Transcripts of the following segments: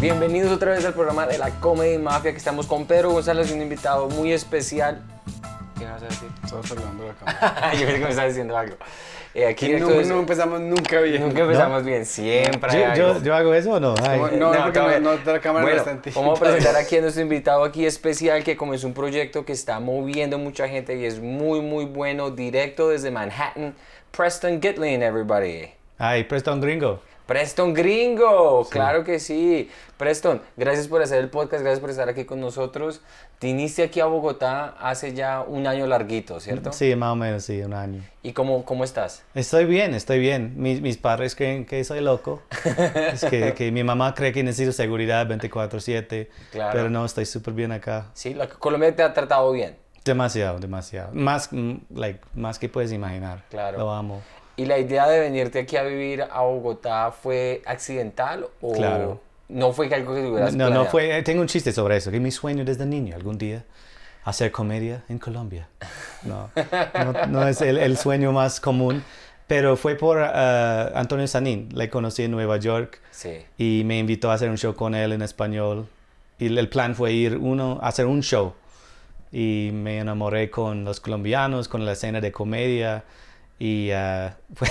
Bienvenidos otra vez al programa de la Comedy Mafia, que estamos con Pedro González, un invitado muy especial. ¿Qué vas a decir? Estaba saludando la cámara. Yo creo que me estás diciendo algo. Eh, aquí no, actores- no empezamos nunca bien. nunca empezamos bien, siempre. hay Yo, yo, algo. yo hago eso o no? Ay. Como- No, porque todavía- no- no, la cámara Bueno, no está en ti. Vamos a presentar aquí a nuestro invitado aquí especial que comenzó un proyecto que está moviendo mucha gente y es muy, muy bueno, directo desde Manhattan. Preston Gitlin, everybody. Ay, Preston Gringo. Preston Gringo, claro que sí. Preston, gracias por hacer el podcast, gracias por estar aquí con nosotros. Te viniste aquí a Bogotá hace ya un año larguito, ¿cierto? Sí, más o menos, sí, un año. ¿Y cómo, cómo estás? Estoy bien, estoy bien. Mis, mis padres creen que soy loco. es que, que mi mamá cree que necesito seguridad 24/7. Claro. Pero no, estoy súper bien acá. Sí, la Colombia te ha tratado bien. Demasiado, demasiado. Más, mm, like, más que puedes imaginar. Claro. Lo amo. ¿Y la idea de venirte aquí a vivir a Bogotá fue accidental o Claro. no fue que algo que No, tuvieras no, planeado? fue. eh, Tengo un chiste sobre eso. Que mi sueño desde niño, algún día, hacer comedia en Colombia. No, no, no es el, el sueño más común. Pero fue por ah, Antonio Sanín. Le conocí en Nueva York. Sí. y me invitó a hacer un show con él en español. Y el plan fue ir uno a hacer un show. Y me enamoré con los colombianos, con la escena de comedia. Y ah, fue-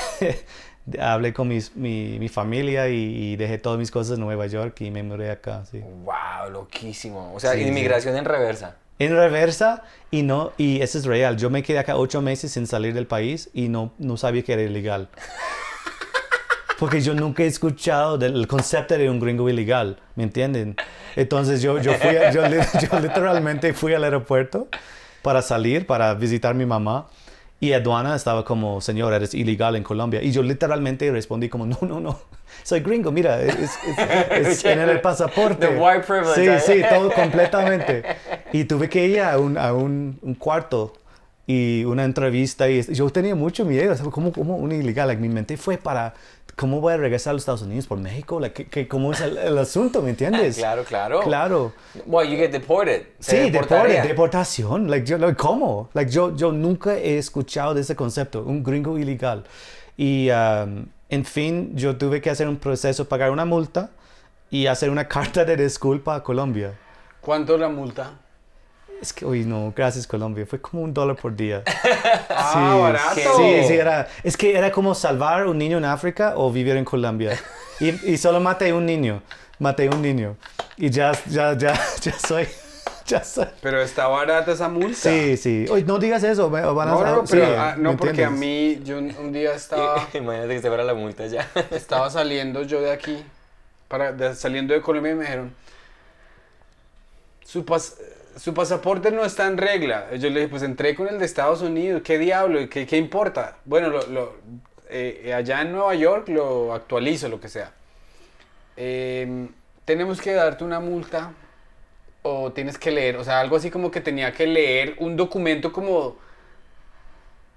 hablé con mis- mi, mi familia y, y dejé todas mis cosas en Nueva York y me mudé acá. sí. Wow, loquísimo. O sea, Sí, sí. inmigración en reversa. En reversa y no, y eso es real. Yo me quedé acá ocho meses sin salir del país y no, no sabía que era ilegal. Porque yo nunca he escuchado del concepto de un gringo ilegal, ¿me entienden? Entonces yo, yo, fui a- yo, li- yo literalmente fui al aeropuerto para salir, para visitar a mi mamá. Y aduana estaba como, señor, eres ilegal en Colombia. Y yo literalmente respondí como, no, no, no. Soy gringo, mira, es, es- es en el pasaporte. The white privilege, Sí, ¿eh? sí, todo completamente. Y tuve que ir a un, a un, un cuarto y una entrevista y es- yo tenía mucho miedo, ¿sabes? ¿Cómo, cómo un ilegal? Like, mi mente fue para, ¿cómo voy a regresar a los Estados Unidos por México? Like, ¿qué- qué- ¿Cómo es el, el asunto? ¿Me entiendes? Ah, Claro, claro. Claro. Well, you get deported. Sí, Te deporte, deportarían. deportación. Like, yo, like, ¿Cómo? Like, yo, yo nunca he escuchado de ese concepto, un gringo ilegal. Y, um, en fin, yo tuve que hacer un proceso, pagar una multa y hacer una carta de disculpa a Colombia. ¿Cuánto la multa? Es que, uy, no, gracias Colombia. Fue como un dólar por día. Ah, barato. Sí, sí, era. Es que era como salvar un niño en África o vivir en Colombia. Y, y solo maté un niño. Maté un niño. Y ya, ya, ya, ya soy. Ya soy. Pero está barata esa multa. Sí, sí. Oye, no digas eso. me- van a- No, no, no, sí, pero, ah, ¿me no porque a entiendes? mí, yo un, un día estaba, Imagínate que se fuera la multa ya. estaba saliendo yo de aquí, para, de- saliendo de Colombia y me dijeron, su, pas- su pasaporte no está en regla. Yo le dije, pues entré con el de Estados Unidos, ¿qué diablo? ¿Qué, qué importa? Bueno, lo- lo- eh, allá en Nueva York lo actualizo, lo que sea. Eh, tenemos que darte una multa o tienes que leer, o sea, algo así como que tenía que leer un documento como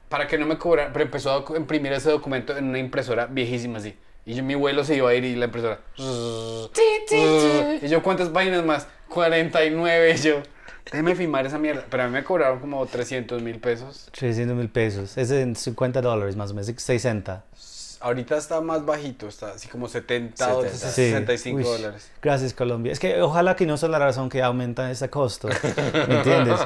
para que no me cobraran, pero empezó a docu- imprimir ese documento en una impresora viejísima así. Y yo, mi vuelo se iba a ir y la impresora. uh, Y yo, ¿cuántas páginas más? 49. Y yo, déjeme firmar esa mierda. Pero a mí me cobraron como 300 mil pesos. 300 mil pesos. Es en 50 dólares más o menos. 60. Ahorita está más bajito, está así como 70, o 70. 65 Uy, dólares. Gracias, Colombia. Es que ojalá que no sea la razón que aumenta ese costo. ¿Me entiendes?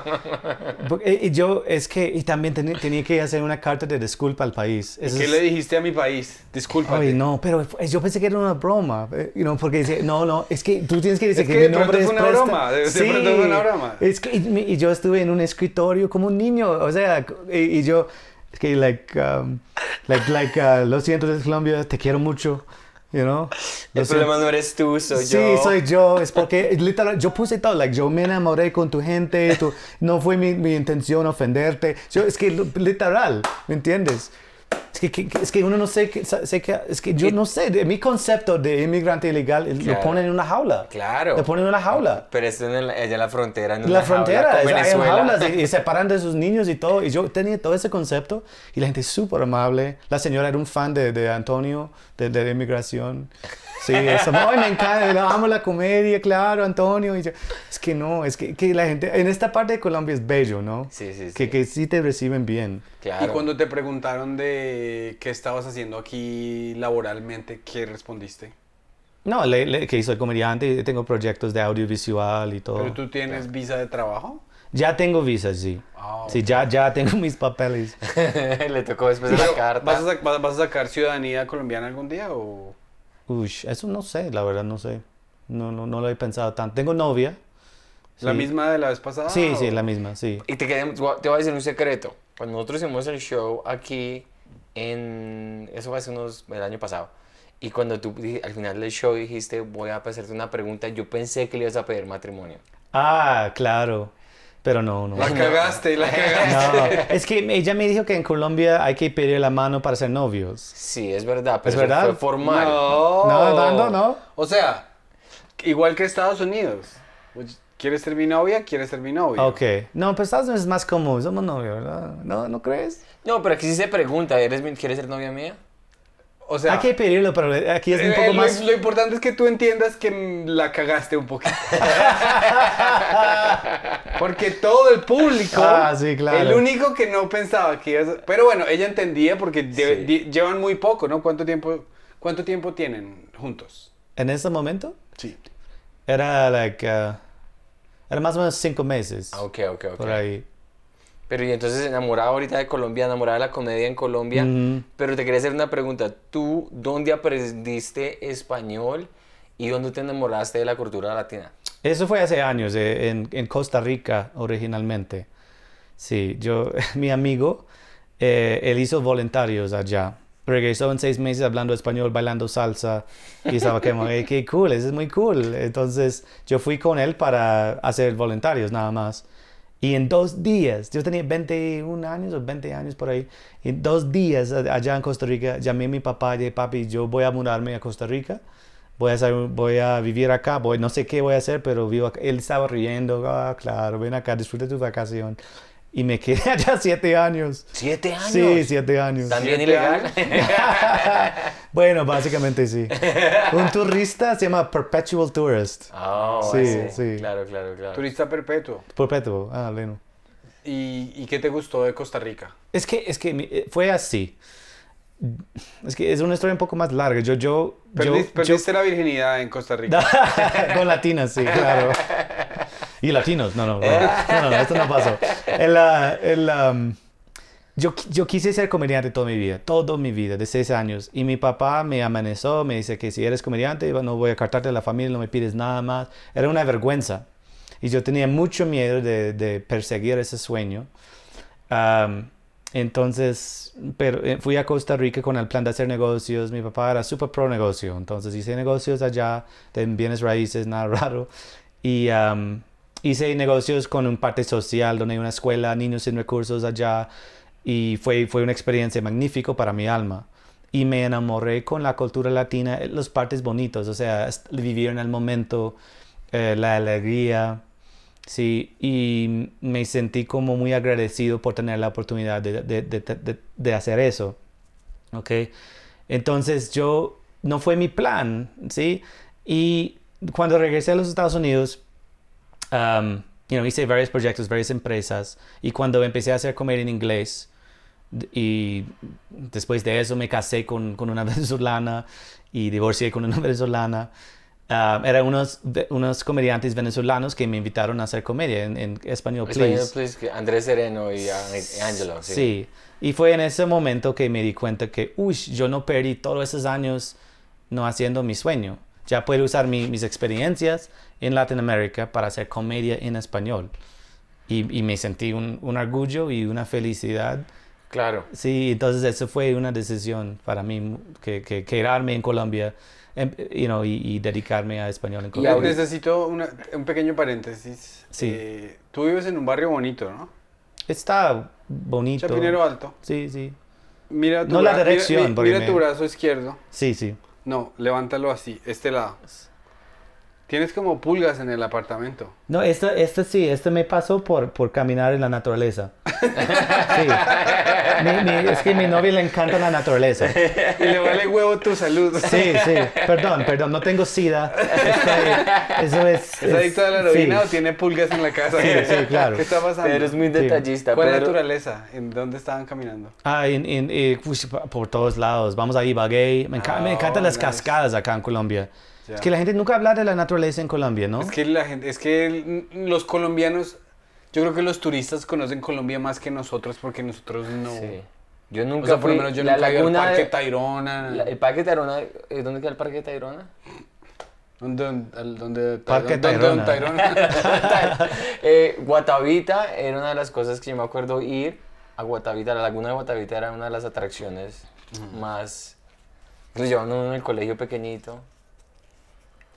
Porque- Y y yo, es que, y también teni- tenía que hacer una carta de disculpa al país. Eso ¿Qué es- le dijiste a mi país? Discúlpate. Ay, no, pero fue- yo pensé que era una broma, eh, you know, porque dice, no, no, es que tú tienes que decir Es que, que de mi pronto nombre es fue una Preston. broma, de- de pronto fue una broma. Es que, y, me- y yo estuve en un escritorio como un niño, o sea, y, y yo, es que, like, um, like, like, uh, lo siento desde Colombia, te quiero mucho, you know. Lo El siento. problema no eres tú, soy Sí, yo. soy yo. Es porque literal, yo puse todo. Like, yo me enamoré con tu gente. tu- no fue mi, mi intención ofenderte. Yo, es que literal, ¿me entiendes? Es que, que- que- es que uno no sé, que, sa- sé que, es que yo no sé. de- mi concepto de inmigrante ilegal eh, Claro. lo ponen en una jaula. Claro. Lo ponen en una jaula. Pero esto en la- allá en la frontera. En En la una jaula frontera, con es- hay Venezuela. jaulas y, y separando a sus niños y todo. Y yo tenía todo ese concepto y la gente es súper amable. La señora era un fan de, de Antonio, de, de, inmigración. Sí, es como, "Ay, me encanta, lo amo la comedia, claro, Antonio. Y yo, es que no, es que, que la gente, en esta parte de Colombia es bello, ¿no? Sí, sí, sí. Que, que sí te reciben bien. Claro. Y cuando te preguntaron de qué estabas haciendo aquí laboralmente, ¿qué respondiste? No, le- le- que soy comediante y tengo proyectos de audiovisual y todo. ¿Pero tú tienes visa de trabajo? Ya tengo visa, sí. Ah, Sí, ya, ya tengo mis papeles. Le tocó después de la Pero, ¿vas, a carta. sac- vas- vas a sacar ciudadanía colombiana algún día o...? Uy, eso no sé, la verdad no sé. No, no, no lo he pensado tanto. Tengo novia. ¿La Sí. misma de la vez pasada? Sí, sí, o- la misma, sí. Y te, queremos- te voy a decir un secreto. Cuando nosotros hicimos el show aquí en... Eso fue hace unos... el año pasado. Y cuando tú di- al final del show dijiste, voy a hacerte una pregunta, yo pensé que le ibas a pedir matrimonio. Ah, claro. Pero no, no. La cagaste, la cagaste. No, es que ella me dijo que en Colombia hay que pedir la mano para ser novios. Sí, es verdad, pero ¿Es eso verdad? fue formal. No. No, Dando, no. O sea, igual que Estados Unidos. Pues, ¿Quieres ser mi novia? ¿Quieres ser mi novia? Ok. No, pero Estados Unidos es más común. Somos novios, ¿verdad? ¿No, ¿no crees? No, pero aquí sí se pregunta, ¿eres mi- ¿quieres ser novia mía? O sea, hay que pedirlo, pero aquí es un eh, poco lo, más... lo importante es que tú entiendas que mm, la cagaste un poquito. porque todo el público, Ah, sí, claro. el único que no pensaba que ibas a- Pero bueno, ella entendía porque de- Sí. di- llevan muy poco, ¿no? ¿Cuánto tiempo, cuánto tiempo tienen juntos? En ese momento Sí. era, like, uh, era más o menos cinco meses. Ah, ok, ok, ok. Por ahí. Pero y entonces enamorada ahorita de Colombia, enamorada de la comedia en Colombia, Ujú. pero te quería hacer una pregunta. ¿Tú dónde aprendiste español y dónde te enamoraste de la cultura latina? Eso fue hace años, eh, en, en Costa Rica originalmente. Sí, yo, mi amigo, eh, él hizo voluntarios allá. Regresó en seis meses hablando español, bailando salsa. Y estaba como, "Ey, qué cool, eso es muy cool. Entonces yo fui con él para hacer voluntarios nada más. Y en dos días, yo tenía 21 años o 20 años por ahí, en dos días a- allá en Costa Rica llamé a mi papá y dije, papi, yo voy a mudarme a Costa Rica, voy a, hacer- voy a vivir acá, voy, no sé qué voy a hacer, pero vivo acá". Él estaba riendo, ah, claro, ven acá, disfruta tu vacación. Y me quedé allá siete años. ¿Siete años? Sí, siete años. ¿También ¿Siete ilegal? Bueno, básicamente sí. Un turista se llama Perpetual Tourist. Ah, Sí, sí, sí. Claro, claro, claro. Turista perpetuo. Perpetuo, ah, bueno. ¿Y, y qué te gustó de Costa Rica? Es que, es que mi- eh, fue así. Es que es una historia un poco más larga. Yo, yo, yo, Perdis- yo- perdiste la virginidad en Costa Rica. con latinas, sí, claro. Y latinos, no, no, no, no, no, esto no pasó. El, ah, el, am, yo, qui- yo quise ser comediante toda mi vida, toda mi vida, de seis años. Y mi papá me amanezó, me dice que si eres comediante, no voy a cartarte de la familia, no me pides nada más. Era una vergüenza. Y yo tenía mucho miedo de, de perseguir ese sueño. Am, entonces, pero eh, fui a Costa Rica con el plan de hacer negocios. Mi papá era súper pro negocio, entonces hice negocios allá de bienes raíces, nada raro. Y am, hice negocios con un parte social, donde hay una escuela, niños sin recursos allá. Y fue, fue una experiencia magnífica para mi alma. Y me enamoré con la cultura latina, eh, los partes bonitos, o sea, est- vivir en el momento, eh, la alegría. Sí, y me sentí como muy agradecido por tener la oportunidad de, de- de- de- de hacer eso. ¿Ok? Entonces yo, no fue mi plan, ¿sí? Y cuando regresé a los Estados Unidos, um, you know, hice varios proyectos, varias empresas, y cuando empecé a hacer comedia en inglés, d- y después de eso me casé con, con una venezolana y divorcié con una venezolana. Ah, eran unos, ve- unos comediantes venezolanos que me invitaron a hacer comedia en, en español, Español, please. please, que Andrés Sereno y Ángel- Ángelo. Sí. Sí. Y fue en ese momento que me di cuenta que, uy, yo no perdí todos esos años no haciendo mi sueño. Ya puedo usar mi- mis experiencias en Latinoamérica para hacer comedia en español. Y, y me sentí un, un orgullo y una felicidad. Claro. Sí, entonces eso fue una decisión para mí, que, que quedarme en Colombia em- you know, y, y dedicarme a español en Y Ne- Colombia. ahorita- Necesito una- un pequeño paréntesis. Sí. Eh, tú vives en un barrio bonito, ¿no? Está bonito. Chapinero Alto. Sí, sí. Mira tu No la bra- mira- dirección, mi- porque Mira, me- tu brazo izquierdo. Sí, sí. No, levántalo así, este lado. Tienes como pulgas en el apartamento. No, esto, esto sí, esto me pasó por, por caminar en la naturaleza. Sí. Mi- mi- es que a mi novia le encanta la naturaleza. Y le vale huevo tu salud. Sí, sí, perdón, perdón, no tengo sida. Estoy- eso es... ¿Es adicto a la sí. heroína o tiene pulgas en la casa? Sí, sí, claro. ¿Qué está pasando? Pedro es muy Sí. detallista. ¿Cuál Pedro- naturaleza? ¿En dónde estaban caminando? Ah, en- en- eh, uy, por todos lados. Vamos a Ibagué. Me, enca- me encantan Oh, las nice. cascadas acá en Colombia. Ya. Es que la gente nunca habla de la naturaleza en Colombia, ¿no? Es que la gente, es que el- los colombianos, yo creo que los turistas conocen Colombia más que nosotros porque nosotros no. Sí. Yo O nunca sea, por lo fui- menos yo la nunca he ido al laguna Parque de- Tayrona. la- el Parque Tayrona, eh, ¿dónde queda el Parque Tayrona? ¿Dónde, al- dónde- Parque dónde- dónde- Tayrona. dónde Tayrona? Eh, Guatavita era una de las cosas que yo me acuerdo ir a Guatavita. La laguna de Guatavita era una de las atracciones más... Lo llevaban uno en el colegio pequeñito.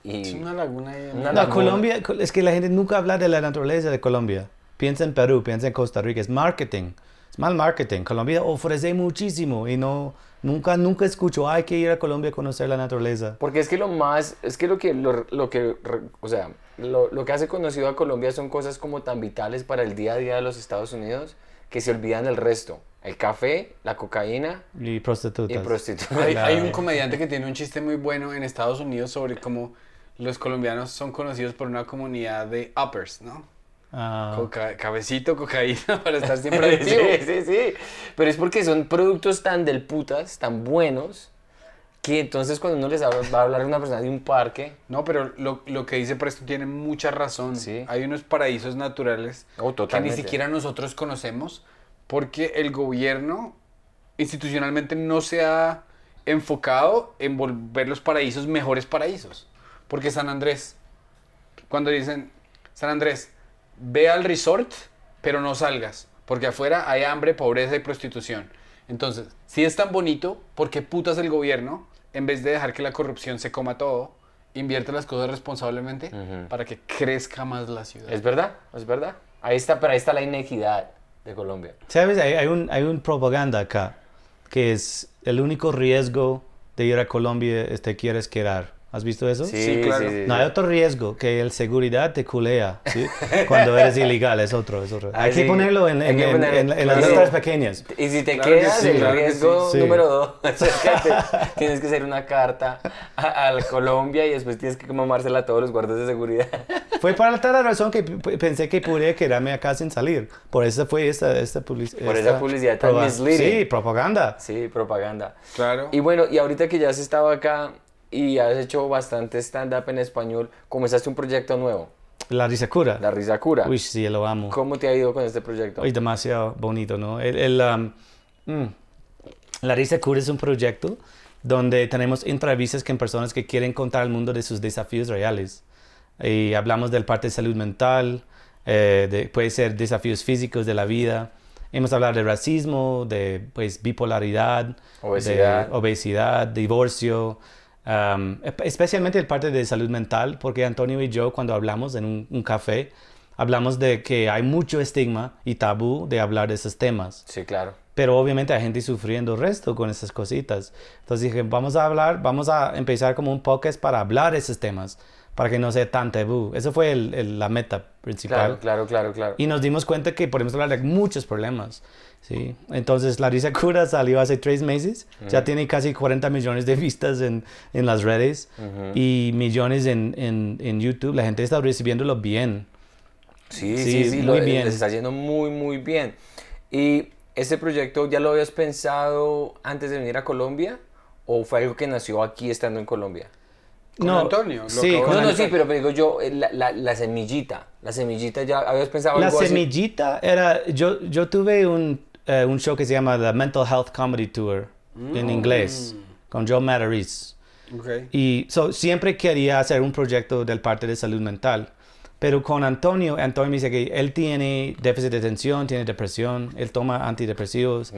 es Y una laguna. ahí. Una No, la- Colombia, Col- es que la gente nunca habla de la naturaleza de Colombia. Piensa en Perú, piensa en Costa Rica, es marketing, es mal marketing. Colombia ofrece muchísimo y no, nunca, nunca escucho, hay que ir a Colombia a conocer la naturaleza. Porque es que lo más, es que lo que, lo, lo que, re- o sea, lo, lo que hace conocido a Colombia son cosas como tan vitales para el día a día de los Estados Unidos que se olvidan del resto. El café, la cocaína Y y prostitutas. prostitutas. Hay, hay un comediante que tiene un chiste muy bueno en Estados Unidos sobre cómo los colombianos son conocidos por una comunidad de uppers, ¿no? Ah, Coca- cabecito, cocaína, para estar siempre activo. sí, sí, sí. Pero es porque son productos tan del putas, tan buenos, que entonces cuando uno les habla- va a hablar a una persona de un parque, No, pero lo, lo que dice Preston tiene mucha razón. Sí. Hay unos paraísos naturales Oh, que ni totalmente. siquiera nosotros conocemos porque el gobierno institucionalmente no se ha enfocado en volver los paraísos mejores paraísos. Porque San Andrés, cuando dicen, San Andrés, ve al resort, pero no salgas, porque afuera hay hambre, pobreza y prostitución. Entonces, si es tan bonito, ¿por qué putas el gobierno, en vez de dejar que la corrupción se coma todo, invierte las cosas responsablemente Ujú. para que crezca más la ciudad? es verdad, es verdad. Ahí está, pero ahí está la inequidad de Colombia. ¿Sabes? Hay, hay un, hay un propaganda acá que es el único riesgo de ir a Colombia es te quieres quedar. ¿Has visto eso? Sí, claro. No hay otro riesgo que el seguridad te culea ¿sí? cuando eres ilegal, es otro, es otro. Hay Así- que ponerlo en, hay en- que en- ponerlo, en- en las claro. letras pequeñas. Y si te Claro que quedas, sí, el claro que riesgo sí. Sí. número dos es que te- tienes que hacer una carta a, al Colombia y después tienes que mamársela a todos los guardas de seguridad. Fue para tal razón que p- p- pensé que podría quedarme acá sin salir. Por eso fue esta, esta publicidad. Por esa publicidad tan misleading. Sí, propaganda. Sí, propaganda. Claro. Y bueno, y ahorita que ya has estado acá y has hecho bastante stand-up en español, comenzaste un proyecto nuevo, La risacura. La Risa Cura. Uy, sí, lo amo. ¿Cómo te ha ido con este proyecto? Es demasiado bonito, ¿no? El, el, um, mm, La Risa Cura es un proyecto donde tenemos entrevistas con personas que quieren contar al mundo de sus desafíos reales. Y hablamos del parte de salud mental, eh, de- puede ser desafíos físicos de la vida. Hemos hablado de racismo, de pues, bipolaridad, Obesidad. de obesidad, divorcio, um, espe- especialmente el parte de salud mental, porque Antonio y yo cuando hablamos en un, un café, hablamos de que hay mucho estigma y tabú de hablar de esos temas. Sí, claro. Pero obviamente hay gente sufriendo resto con esas cositas. Entonces dije, vamos a hablar, vamos a empezar como un podcast para hablar de esos temas, para que no sea tan tabú. Esa fue el- el- la meta Claro, principal. claro, claro, claro. Y nos dimos cuenta que podemos hablar de muchos problemas. ¿sí? Entonces, La Risa Cura salió hace tres meses. Ya tiene casi 40 millones de vistas en, en las redes y millones en, en- en YouTube. La gente está recibiéndolo bien. Sí, Sí, sí, sí, muy lo, bien. les está yendo muy, muy bien. ¿Y este proyecto ya lo habías pensado antes de venir a Colombia o fue algo que nació aquí estando en Colombia? Con Antonio, lo Sí, acabo con No, no, Antonio. sí, pero digo yo, eh, la, la- la semillita, la semillita ya habías pensado La algo así? semillita era, yo, yo tuve un, eh, un show que se llama The Mental Health Comedy Tour Mm. en inglés con Joe Matarese. Ok. Y so, siempre quería hacer un proyecto del parte de salud mental. Pero con Antonio, Antonio me dice que él tiene déficit de atención, tiene depresión, él toma antidepresivos.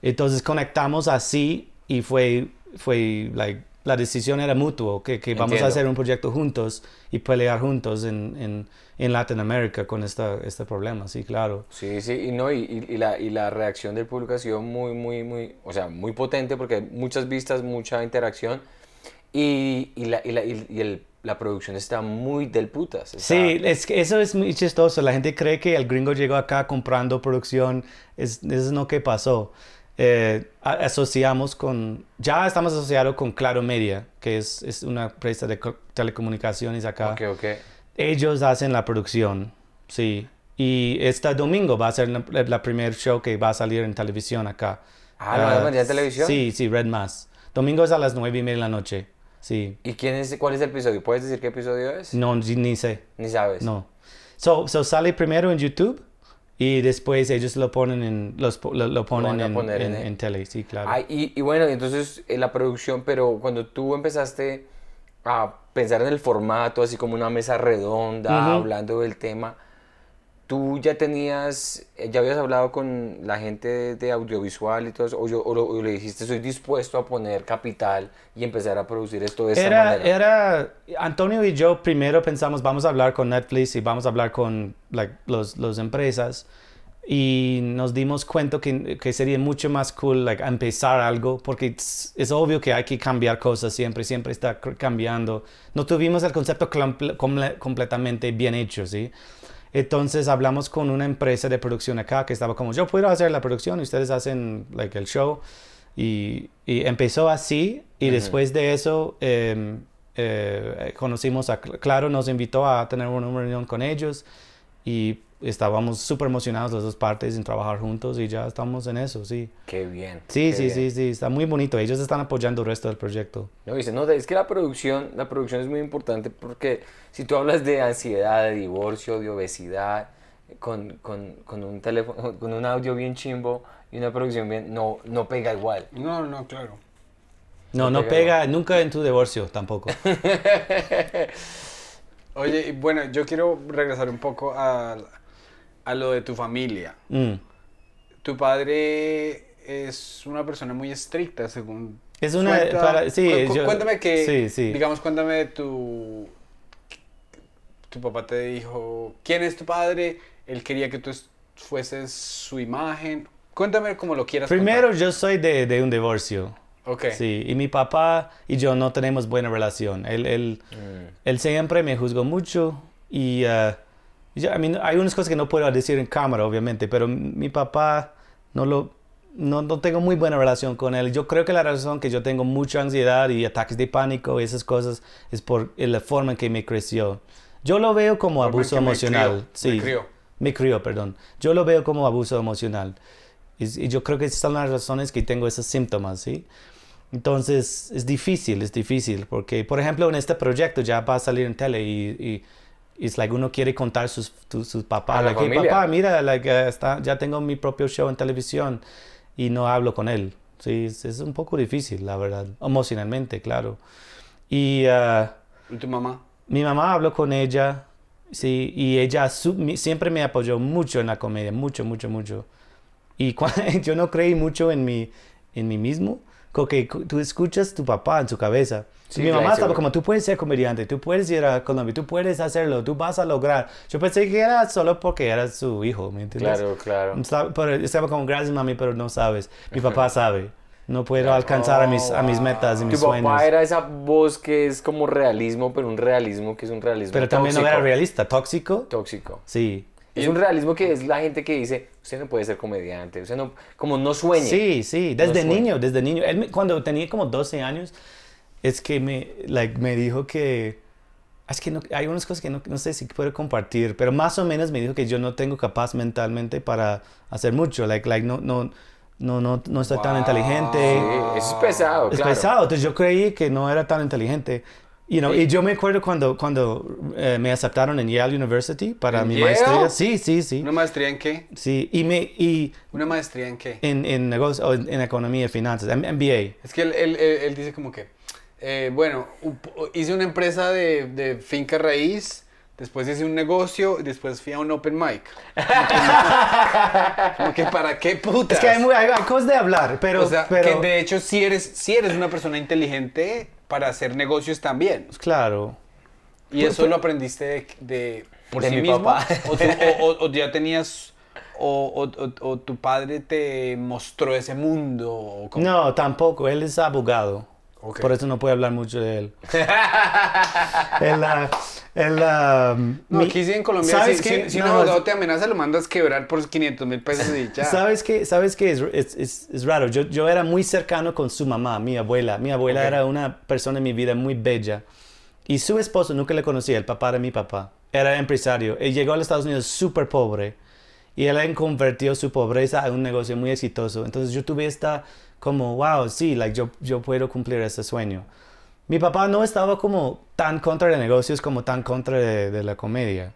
Entonces conectamos así y fue, fue like, la decisión era mutua, que, que vamos a Entiendo. hacer un proyecto juntos y pelear juntos en, en, en Latinoamérica con esta, este problema, sí, claro. Sí, sí, y no, y, y- y la, y la reacción del público ha sido muy, muy, muy, o sea, muy potente porque hay muchas vistas, mucha interacción y, y la, y la- y- y el- la producción está muy del putas. está- Sí, es que eso es muy chistoso. La gente cree que el gringo llegó acá comprando producción. Es, eso es lo que pasó. Eh, a- asociamos con, ya estamos asociados con Claro Media, que es, es una empresa de co- telecomunicaciones acá. Ok, ok. Ellos hacen la producción, sí. Y este domingo va a ser la, la primer show que va a salir en televisión acá. Ah, ¿lo van a Ah, poner en televisión? Sí, sí, Red Más. Domingo es a las nueve y media de la noche. Sí. ¿Y quién es, cuál es el episodio? ¿Puedes decir qué episodio es? No, ni ni sé. Ni sabes. No. So, so sale primero en YouTube y después ellos lo ponen en los po- lo, lo ponen van a en, poner en- en- en tele, sí, claro. Ah, y, y bueno, entonces eh, la producción, pero cuando tú empezaste a pensar en el formato, así como una mesa redonda, Ujú. hablando del tema, ¿tú ya tenías, eh, ya habías hablado con la gente de, de audiovisual y todo eso? ¿O, yo- o lo- o le dijiste, soy dispuesto a poner capital y empezar a producir esto de esta Era, manera? era, Antonio y yo primero pensamos, vamos a hablar con Netflix y vamos a hablar con like, los, los empresas. Y nos dimos cuenta que, que sería mucho más cool like, empezar algo, porque es, es obvio que hay que cambiar cosas siempre, siempre está cr- cambiando. No tuvimos el concepto clample- comple- completamente bien hecho, ¿sí? Entonces hablamos con una empresa de producción acá que estaba como, yo puedo hacer la producción, ustedes hacen like, el show. Y, y empezó así y después de eso em, eh, conocimos a Cl- Claro, nos invitó a tener una reunión con ellos y estábamos súper emocionados las dos partes en trabajar juntos y ya estamos en eso, sí. Qué bien. Sí, qué sí, bien. sí, sí, está muy bonito. Ellos están apoyando el resto del proyecto. No, dice, no, es que la producción, la producción es muy importante porque si tú hablas de ansiedad, de divorcio, de obesidad, con, con, con un teléfono, con un audio bien chimbo y una producción bien, no, no pega igual. No, no, claro. No, no pega. pega nunca en tu divorcio tampoco. Oye, y bueno, yo quiero regresar un poco a, a lo de tu familia. Mm. Tu padre es una persona muy estricta, según... Es una- suelta. para- sí, Cu- cu- yo- cuéntame que, sí, sí. digamos, cuéntame de tu... Tu papá te dijo, ¿quién es tu padre? Él quería que tú es- fueses su imagen. Cuéntame como lo quieras Primero yo soy de, de un divorcio. contar. Ok. Sí, y mi papá y yo no tenemos buena relación. Él, él, Mm. él siempre me juzgó mucho y eh, yo- I mean, hay unas cosas que no puedo decir en cámara, obviamente, pero mi papá no lo... No, no tengo muy buena relación con él. Yo creo que la razón que yo tengo mucha ansiedad y ataques de pánico y esas cosas es por la forma en que me creció. Yo lo veo como Forma en abuso que me emocional. crió, me sí, crió. me crió, perdón. Yo lo veo como abuso emocional. Y, y yo creo que esas son las razones que tengo esos síntomas, ¿sí? Entonces es difícil, es difícil, porque por ejemplo en este proyecto ya va a salir en tele y, y es like uno quiere contar sus, tu- sus papás, A la like, "Hey, familia". papá, mira, like, eh, está, ya tengo mi propio show en televisión y no hablo con él. Sí, es, es un poco difícil, la verdad, emocionalmente, claro. Y... ah, ¿Y tu mamá? mi mamá habló con ella, sí, y ella su- mi- siempre me apoyó mucho en la comedia, mucho, mucho, mucho. Y cua- yo no creí mucho en mí, en mí mismo, como que cu- tú escuchas tu papá en su cabeza. Sí, mi mamá claro, estaba seguro. como, tú puedes ser comediante, tú puedes ir a Colombia, tú puedes hacerlo, tú vas a lograr. Yo pensé que era solo porque era su hijo, ¿me entiendes? Claro, claro. Estaba, pero estaba como, gracias mami, pero no sabes. Mi papá sabe. No puedo alcanzar a, mis, a mis metas y mis Oh, Tu sueños. papá era esa voz que es como realismo, pero un realismo que es un realismo Pero también no tóxico. era realista, tóxico. Tóxico. Sí. Es un realismo que es la gente que dice, usted no puede ser comediante, usted no, como no sueñe. Sí, sí, desde suena. niño, desde niño. Él me- cuando tenía como 12 años, es que me, like, me dijo que... "Ah, Es que no- hay unas cosas que no, no sé si puedo compartir, pero más o menos me dijo que yo no tengo capaz mentalmente para hacer mucho. Like, like, no, no, no, no, no soy tan Wow. inteligente. Sí, eso es pesado, Es claro. pesado, entonces yo creí que no era tan inteligente. You know, Y yo me acuerdo cuando, cuando eh, me aceptaron en Yale University para ¿En mi Yale? maestría. Sí, sí, sí. ¿Una maestría en qué? Sí, y, me, y ¿Una maestría en qué? en, en negocio, o en, en economía y finanzas, M- MBA. Es que él, él- él- él dice como que, eh, bueno, u- u- hice una empresa de, de finca raíz, después hice un negocio, y después fui a un open mic. Como que, ¿para qué putas? Es que hay, muy- hay- hay cosas de hablar, pero... o sea, pero que de hecho si eres, si eres una persona inteligente para hacer negocios también. Claro. Y Pues eso lo aprendiste de, de- por De sí mi mismo. papá. O, tú- o- o- o ya tenías, o, o- o- o tu padre te mostró ese mundo. o como- No, tampoco. Él es abogado. Ok. Por eso no puede hablar mucho de él. el, ah, el, ah, No, mi- aquí sí en Colombia, ¿sabes si, qué? si- si un No, abogado te amenaza, lo mandas quebrar por 500 mil pesos y ya. ¿Sabes qué? ¿Sabes qué? Es, es, es- es raro. Yo, yo era muy cercano con su mamá, mi abuela. Mi abuela Ok. era una persona en mi vida muy bella. Y su esposo nunca le conocí, el papá de mi papá. Era empresario. Él llegó a los Estados Unidos súper pobre. Y él convirtió su pobreza en un negocio muy exitoso. Entonces yo tuve esta como, wow, sí, like, yo, yo puedo cumplir ese sueño. mi papá no estaba como tan contra de negocios como tan contra de, de la comedia.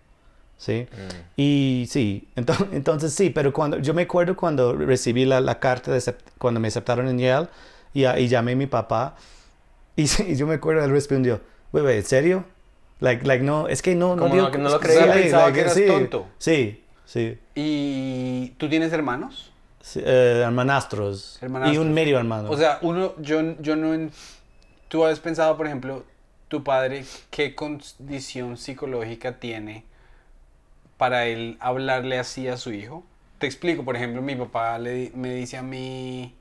¿Sí? Mm. Y sí, entonces, entonces sí, pero cuando yo me acuerdo cuando recibí la, la carta de acept- cuando me aceptaron en Yale y, a- y llamé a mi papá y, sí, y yo me acuerdo él respondió, "Güey, güey, ¿en serio?" Like like no, es que no no Como dio- no- que no lo sí, creía. Pensaba que eras sí, tonto. Sí, sí. ¿Y tú tienes hermanos? Sí, eh, hermanastros, y Hermanastros. un medio hermano. O sea, uno, yo, yo no... en- Tú has pensado, por ejemplo, tu padre, ¿qué condición psicológica tiene para él hablarle así a su hijo? Te explico, por ejemplo, mi papá le, di- me dice a mí...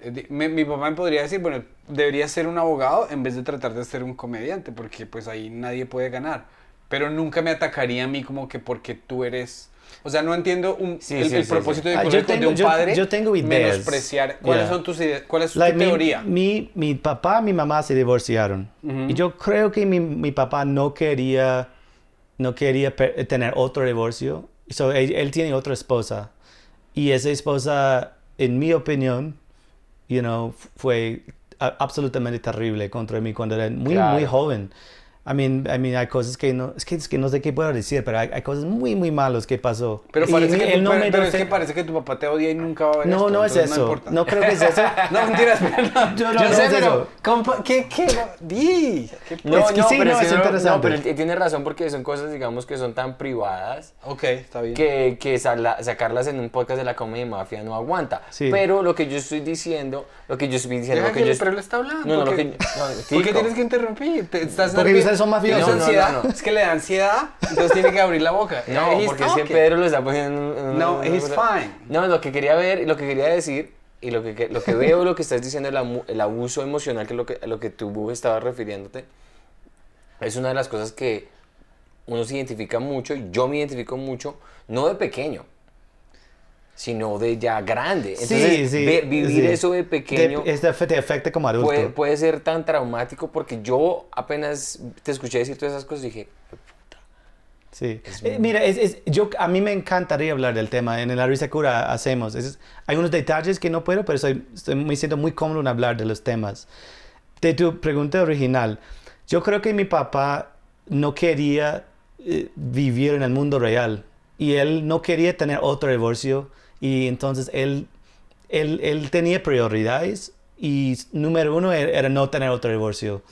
eh, di- me- mi papá me podría decir, bueno, deberías ser un abogado en vez de tratar de ser un comediante, porque pues ahí nadie puede ganar. Pero nunca me atacaría a mí como que porque tú eres... O sea, no entiendo un- Sí, el, sí, el sí, sí. propósito de, Ah, yo currículum de tengo- un yo- padre yo tengo ideas. menospreciar. ¿Cuáles Yeah. son tus ideas? ¿Cuál es tu Like, mi- teoría? Mi, mi papá y mi mamá se divorciaron. Y yo creo que mi, mi papá no quería, no quería per- tener otro divorcio. So, él, él tiene otra esposa. Y esa esposa, en mi opinión, you know, f- fue a- absolutamente terrible contra mí cuando era muy, Claro. muy joven. I mean, I mean, hay cosas que no, es que, es que no sé qué puedo decir, pero hay, hay cosas muy, muy malas que pasó. Pero, Y parece que, él tu, no pero- me pero es defe- que parece que tu papá te odia y nunca va a ver No, esto, no es entonces eso. importa. No creo que es eso. no, mentiras, pero no. Yo Yo, no- no sé, es eso. pero... compa- ¿Qué? ¿Qué? Di. ¿Qué? No, es que sí, no, es que interesante. No, pero él tiene razón porque son cosas, digamos, que son tan privadas Ok, está bien. que, que sala- sacarlas en un podcast de la comedia de mafia no aguanta. Sí. Pero lo que yo estoy diciendo, lo que yo estoy diciendo, Deja lo que, que yo él- pero él está hablando, No, no, lo porque- que no, ¿Por qué tico. tienes que interrumpir? Te- estás Porque nervioso. ustedes son mafiosos. Tienes No, no, ansiedad. no, no. Es que le da ansiedad, entonces tiene que abrir la boca. No, He's porque talking. siempre Pedro lo está poniendo. en un- No, en una he's cosa- fine. No, lo que quería ver, lo que quería decir y lo que, que- lo que veo, lo que estás diciendo, el, amu- el abuso emocional, que es lo que, a lo que tú estabas refiriéndote, es una de las cosas que uno se identifica mucho, y yo me identifico mucho, no de pequeño, sino de ya grande. Entonces, ve- vivir sí. eso de pequeño Te, es de- te afecta como adulto. puede, puede ser tan traumático porque yo apenas te escuché decir todas esas cosas y dije, Sí. Eh, mira, es, es- yo, a mí me encantaría hablar del tema. En la risa cura hacemos. es- hay unos detalles que no puedo, pero soy- estoy- me siento muy cómodo en hablar de los temas. De tu pregunta original, yo creo que mi papá no quería eh, vivir en el mundo real y él no quería tener otro divorcio y entonces él, él, él tenía prioridades y número uno e-, era era no tener otro divorcio.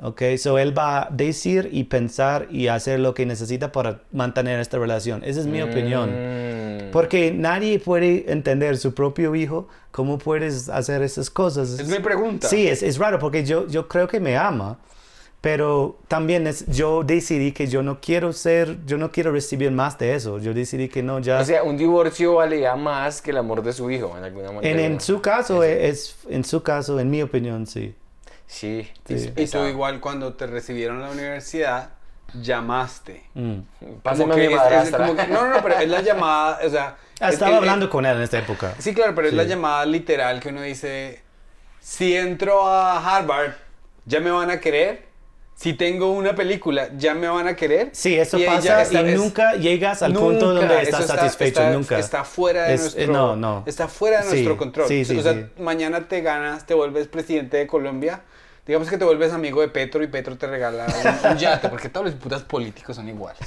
Ok, so él va a decir y pensar y hacer lo que necesita para mantener esta relación. Esa es mi opinión. "Mm, Porque nadie puede entender su propio hijo cómo puedes hacer esas cosas. Es mi pregunta. Sí, es, es raro porque yo, yo creo que me ama, pero también es, yo decidí que yo no quiero ser, yo no quiero recibir más de eso. Yo decidí que no, ya... O sea, un divorcio valía más que el amor de su hijo, en alguna en, manera. en su caso, es, en su caso, en mi opinión, sí. Sí. Sí. Y tú igual cuando te recibieron a la universidad, llamaste. Mm. Pásame Como a que mi es- es madrastra. como que- no, no, no, pero es la llamada, o sea... es Ah, Estaba que- hablando con él en esta época. Sí, claro, pero es la Sí. llamada literal que uno dice, si entro a Harvard, ya me van a querer. Si tengo una película, ya me van a querer. Sí, eso Y ella pasa esta y vez- nunca llegas al Nunca, punto donde eso estás está- satisfecho, está- nunca. Está fuera de Es- nuestro... eh, No, no. Está fuera de Sí, nuestro control. Sí, sí, o sea, sí. mañana te ganas, te vuelves presidente de Colombia. Digamos que te vuelves amigo de Petro y Petro te regala un, un yate, porque todos los putas políticos son iguales.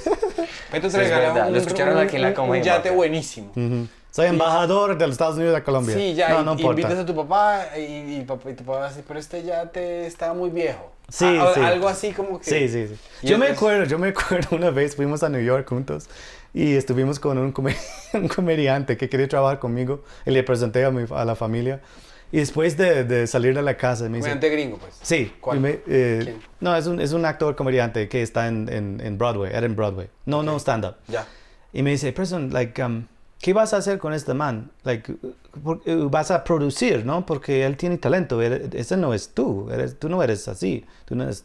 Petro Sí, te es regala verdad, un, lo escucharon un- aquí en la un- un Comedia yate Mafia. buenísimo. Ujú. Soy embajador de los Estados Unidos de Colombia. Sí, ya, no, y- no y importa. invitas a tu papá y, y papá- y tu papá va a decir, pero este ya te está muy viejo. Sí, A- sí. Algo así como que... Sí, sí, sí. Y Yo me es- acuerdo, yo me acuerdo una vez fuimos a New York juntos y estuvimos con un, come- un comediante que quería trabajar conmigo y le presenté a, mi, a la familia. Y después de, de salir de la casa me dice... Comediante gringo, pues. Sí, ¿Cuál? y me- eh, ¿Quién? no, es un, es un actor comediante que está en, en, en Broadway, era en Broadway. No, no stand-up. Ya. Y me dice, person, like, um, ¿qué vas a hacer con este man? Like, por- eh, vas a producir, ¿no? Porque él tiene talento. Ere- Ese no es tú. Eres, tú no eres así. Tú no eres...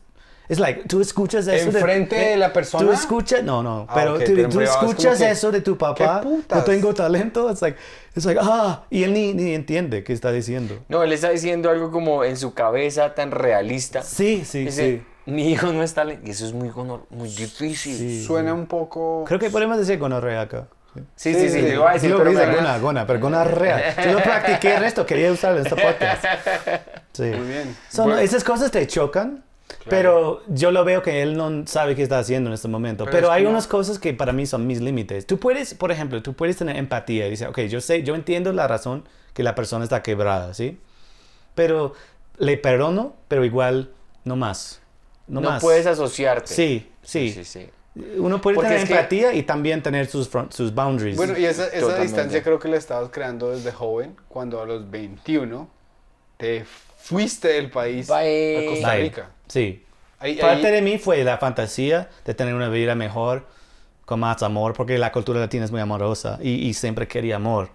Es like, tú escuchas eso ¿Enfrente de la Tú persona? escuchas... No, no. Ah, pero ok, tú, pero en tú privado es como escuchas que, eso de tu papá. No putas? tengo talento. Es like, it's like, ah. Y él ni, ni entiende qué está diciendo. No, él está diciendo algo como en su cabeza tan realista. Sí, sí, Dice, sí. mi hijo no está... le-". Y eso es muy, gono- muy difícil. Sí, Suena un poco... Creo que podemos decir gonorrea acá. sí, sí, sí, yo iba a decir, Yo lo pero hice me- gona, gona, pero gonorrea. Yo lo practiqué el resto. Quería usarlo en este podcast. Sí. Muy bien. So, no, Bueno, esas cosas te chocan, pero yo lo veo que él no sabe qué está haciendo en este momento. Pero Pero, es hay como- unas cosas que para mí son mis límites. Tú puedes, por ejemplo, tú puedes tener empatía y decir, ok, yo sé, yo entiendo la razón que la persona está quebrada, ¿sí? Pero le perdono, pero igual no más. No, No, más. puedes asociarte. Sí, sí. sí, sí. Uno puede Porque tener es que- empatía y también tener sus, front- sus boundaries. Bueno, y esa, esa Totalmente. distancia creo que la estabas creando desde joven, cuando a los 21 te fuiste del país Bye. a Costa Bye. Rica. Sí. Ahí- Parte ahí- de mí fue la fantasía de tener una vida mejor, con más amor, porque la cultura latina es muy amorosa y, y siempre quería amor.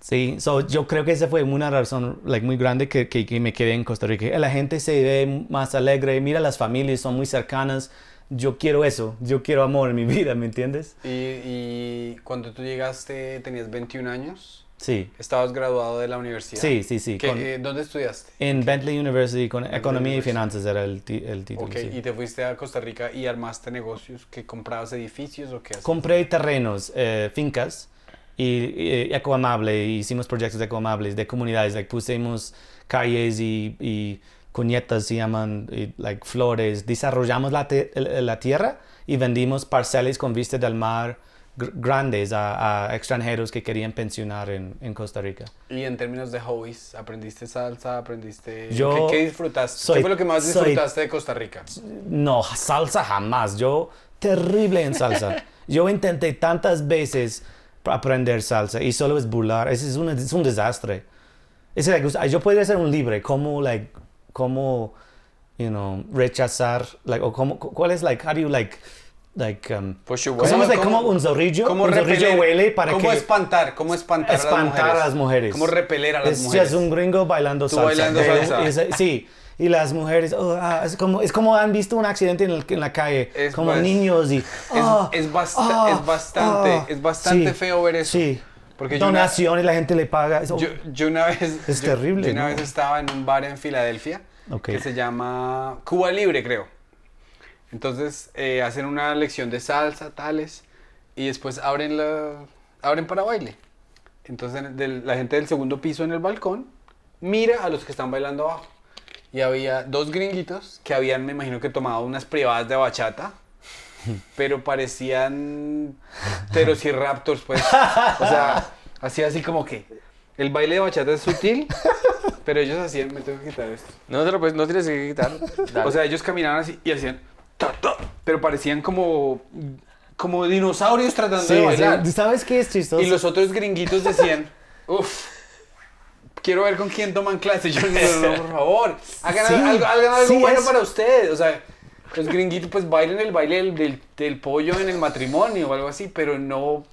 Sí, so, yo creo que esa fue una razón like, muy grande que, que- que me quedé en Costa Rica. La gente se ve más alegre, mira las familias, son muy cercanas. Yo quiero eso, yo quiero amor en mi vida, ¿me entiendes? y, y cuando tú llegaste, tenías 21 años, Sí, estabas graduado de la universidad. sí, sí, sí. ¿Qué- con- eh, ¿Dónde estudiaste? en Bentley University, con Economía y University. Finanzas era el, ti- el título. Ok, sí. y te fuiste a Costa Rica y armaste negocios, que comprabas edificios o qué hacías? compré terrenos, eh, fincas y, y ecoamable, y hicimos proyectos ecoamables de comunidades, like, pusimos calles y, y cuñetas, se llaman, y, like, flores, desarrollamos la, te- el- la tierra y vendimos parcelas con vista del mar gr- grandes a, a extranjeros que querían pensionar en, en Costa Rica. Y en términos de hobbies, ¿aprendiste salsa? ¿Aprendiste...? Yo ¿Qué, qué disfrutaste? ¿Qué soy- fue lo que más soy- disfrutaste de Costa Rica? No, salsa jamás. Yo, terrible en salsa. Yo intenté tantas veces pa- aprender salsa y solo es burlar. Ese Es, un- es un desastre. Es like, us- yo podría ser un libre. ¿Cómo, like, cómo, you know, rechazar? Like, o cómo, cu- ¿Cuál es, like, how do you, like, like, um, Push your ¿cómo, way. es, like, cómo un zorrillo? Pues ¿Cómo un zorrillo repeler? huele para ¿Cómo que... espantar? ¿Cómo espantar, espantar a las mujeres. ¿Cómo repeler a las es, mujeres? Es un gringo bailando Tú salsa. bailando Pero salsa. es- sí. Y las mujeres, oh, ah, es, como, es como han visto un accidente en, el- en la calle, Es como bas- niños y... Es, ah, es basta- ah, es bastante, ah. es bastante Sí, feo ver eso. Sí. Porque yo una- Donaciones, la gente le paga. es- oh, Yo, yo una vez... Es yo- terrible, yo una ¿no? vez estaba en un bar en Filadelfia Ok. que se llama Cuba Libre, creo. Entonces eh, hacen una lección de salsa, tales, y después abren, la, abren para baile. Entonces en- del- la gente del segundo piso en el balcón mira a los que están bailando abajo. Y había dos gringuitos que habían, me imagino que tomado unas privadas de bachata, pero parecían pterosiraptors, pues. O sea, hacía así como que el baile de bachata es sutil, pero ellos hacían, me tengo que quitar esto. No te lo puedes, no tienes que quitar. Dale. O sea, ellos caminaban así y hacían, ta, ta, pero parecían como, como dinosaurios tratando Sí, de sí. bailar. ¿Sabes qué es chistoso? Y los otros gringuitos decían, uff, quiero ver con quién toman clases. Yo, no, no, por favor, hagan Sí, algo, hagan algo sí, bueno es- para ustedes. O sea, los gringuitos pues bailen el baile del, del- del pollo en el matrimonio o algo así, pero no...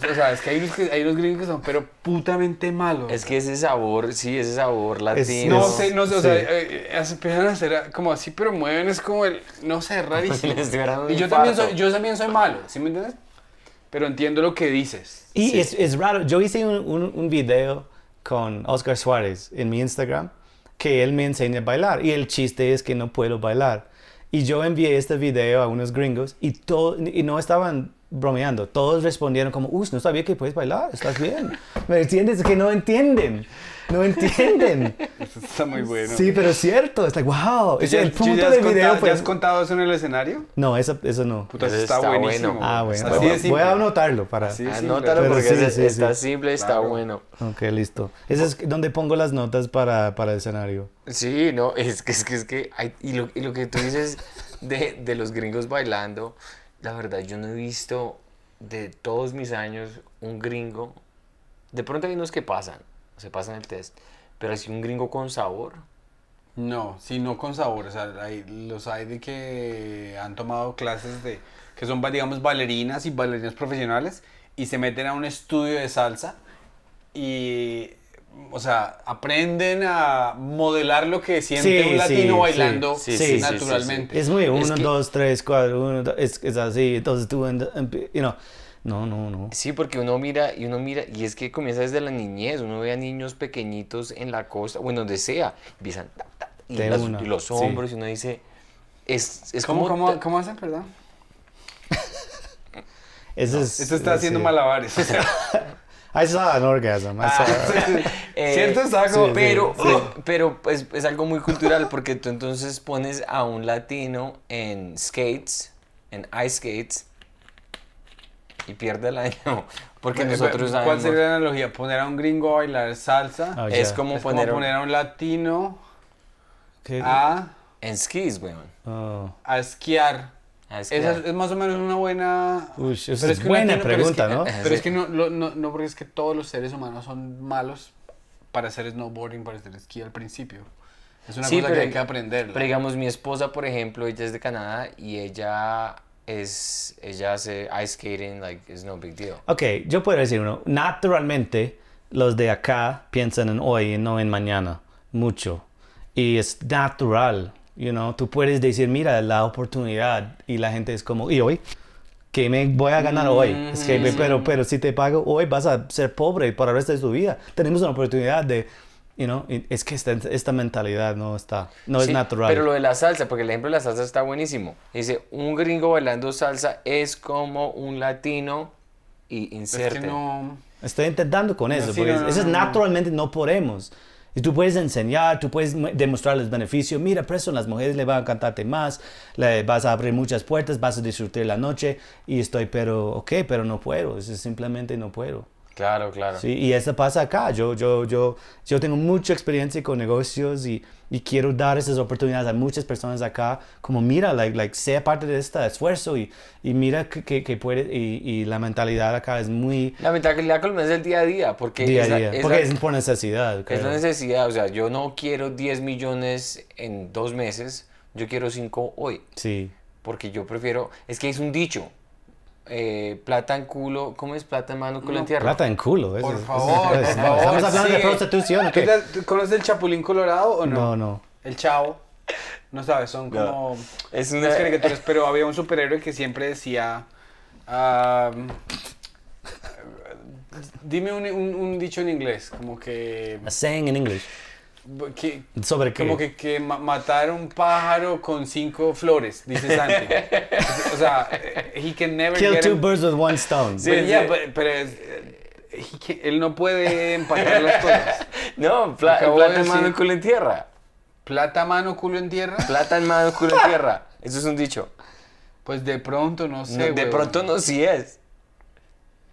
O sea, es que hay unos, que- hay unos gringos que son pero putamente malos. es que ese sabor, sí, ese sabor latino. No es- sé, no sé, o sea, sí. eh, eh, empiezan a hacer ah, como así, pero mueven, es como el, no sé, es rarísimo. Les estuviera dando un y yo también, infarto. soy, yo también soy malo, ¿sí me entiendes? Pero entiendo lo que dices. Y es, es raro, yo hice un, un- un video con Oscar Suárez en mi Instagram que él me enseña a bailar y el chiste es que no puedo bailar. Y yo envié este video a unos gringos y, todo, y no estaban bromeando, todos respondieron como, uy, no sabía que puedes bailar, estás bien. ¿Me entiendes? Es que no entienden, no entienden. Eso está muy bueno. Sí, pero es cierto, es like, wow, es ¿Ya- el Pues ya punto has del contado- video. ¿Ya fue- has contado eso en el escenario? No, eso, eso no. Puta, eso Eso está, está bueno. buenísimo. Ah, bueno, Así de voy, voy a simple. anotarlo para... Así de simple. Anótalo Pero porque sí, ese- sí, está sí. simple, está Claro. bueno. Ok, listo. Ese es donde pongo las notas para, para el escenario. Sí, no, es que es que, es que hay- y, lo, y lo que tú dices de, de los gringos bailando, la verdad, yo no he visto de todos mis años un gringo. De pronto hay unos que pasan, se pasan el test, pero así un gringo con sabor. No, sí, no con sabor. O sea, hay- los hay de que han tomado clases de. que son, digamos, bailarinas y bailarinas profesionales y se meten a un estudio de salsa y. O sea, aprenden a modelar lo que siente Sí, un sí, latino sí, bailando sí, sí, sí, naturalmente. Es muy Es uno, que- dos, tres, cuatro, uno, dos, es, es así. Entonces tú, en- en- you know, no, no, no. Sí, porque uno mira y uno mira, y es que comienza desde la niñez, uno ve a niños pequeñitos en la costa, bueno, donde sea, empiezan ta, ta, y, De las- una, y los sí. hombros, y uno dice, es, es ¿Cómo, como cómo, ta- cómo hacen, perdón? Eso es, Esto está es- haciendo sí. Ah, malabares. o sea, I saw an orgasm. I Ah, saw Eh, ¿Cierto? Estaba como- sí, pero oh, pero es, es algo muy cultural porque tú entonces pones a un latino en skates, en ice skates, y pierde el año. Porque Bueno, nosotros ¿Cuál sabemos. sería la analogía? ¿Poner a un gringo a bailar salsa? Ah, Es ya. como es poner como poner a un latino ¿Qué? a, en skis, weón. Ah, Oh. a esquiar. A Esa esquiar. es, es más o menos una buena... Uy, esa Pero es que un buena pero es pregunta, que- ¿no? Pero es que no, lo- no, no, porque es que todos los seres humanos son malos para hacer snowboarding, para hacer esquí al principio. Es una Sí, cosa que pero- hay que aprenderla. Pero digamos, mi esposa, por ejemplo, ella es de Canadá y ella es ella hace ice skating, like, it's no big deal. Ok, yo puedo decir uno. Naturalmente, los de acá piensan en hoy y no en mañana. Mucho. Y es natural. You know? Tú puedes decir, mira, la oportunidad. Y la gente es como, ¿y hoy? ¿Qué me voy a ganar hoy? Es que, Mm-hmm. pero, pero si te pago hoy, vas a ser pobre para el resto de tu vida. Tenemos una oportunidad de. You know? y Es que esta, esta mentalidad no está. No es Sí, natural. Pero lo de la salsa, porque el ejemplo de la salsa está buenísimo. Dice, un gringo bailando salsa es como un latino y es inserte. que no... Estoy intentando con eso, sí, porque no, no, eso es no, no. naturalmente no podemos. Y tú puedes enseñar, tú puedes mu- demostrar los beneficios. Mira, preso, las mujeres le van a encantarte más, le vas a abrir muchas puertas, vas a disfrutar la noche. Y estoy, pero, ok, pero no puedo, eso es simplemente no puedo. Claro, claro. Sí, y eso pasa acá. Yo, yo, yo, yo tengo mucha experiencia con negocios y, y quiero dar esas oportunidades a muchas personas acá. Como mira, like, like, sea parte de este esfuerzo y, y mira que, que, que puede. Y, y la mentalidad acá es muy La mentalidad colombiana es el día a día, porque, día a es, la, día. es porque la- es por necesidad. es creo. la necesidad. O sea, yo no quiero 10 millones en dos meses, yo quiero 5 hoy. Sí. Porque yo prefiero, es que es un dicho. eh, plata en culo, ¿cómo es plata en mano, culo en tierra? Plata en culo. eso Por Pues es- eso favor, es- por no, favor, Estamos hablando de sigue. prostitución. ¿ok? ¿Qué tal- tú ¿Conoces el Chapulín Colorado o no? No, no. El Chavo. No sabes, son como... Es unas una- caricaturas, pero había un superhéroe que siempre decía... ah, dime un, un- un dicho en inglés, como que... A saying in English. que ¿Sobre qué? Como que, que ma- matar un pájaro con cinco flores, dice Santi. o sea, eh, he can never Kill get two a- birds with one stone. But sí. yeah, but- pero es- eh, he can- él no puede empacar las cosas. No, pla- Acabo de plata en decir- mano, culo en tierra. Plata, mano, culo en tierra. Plata en mano, culo en tierra. Eso es un dicho. Pues de pronto, no sé, No, de weón. pronto no sí es.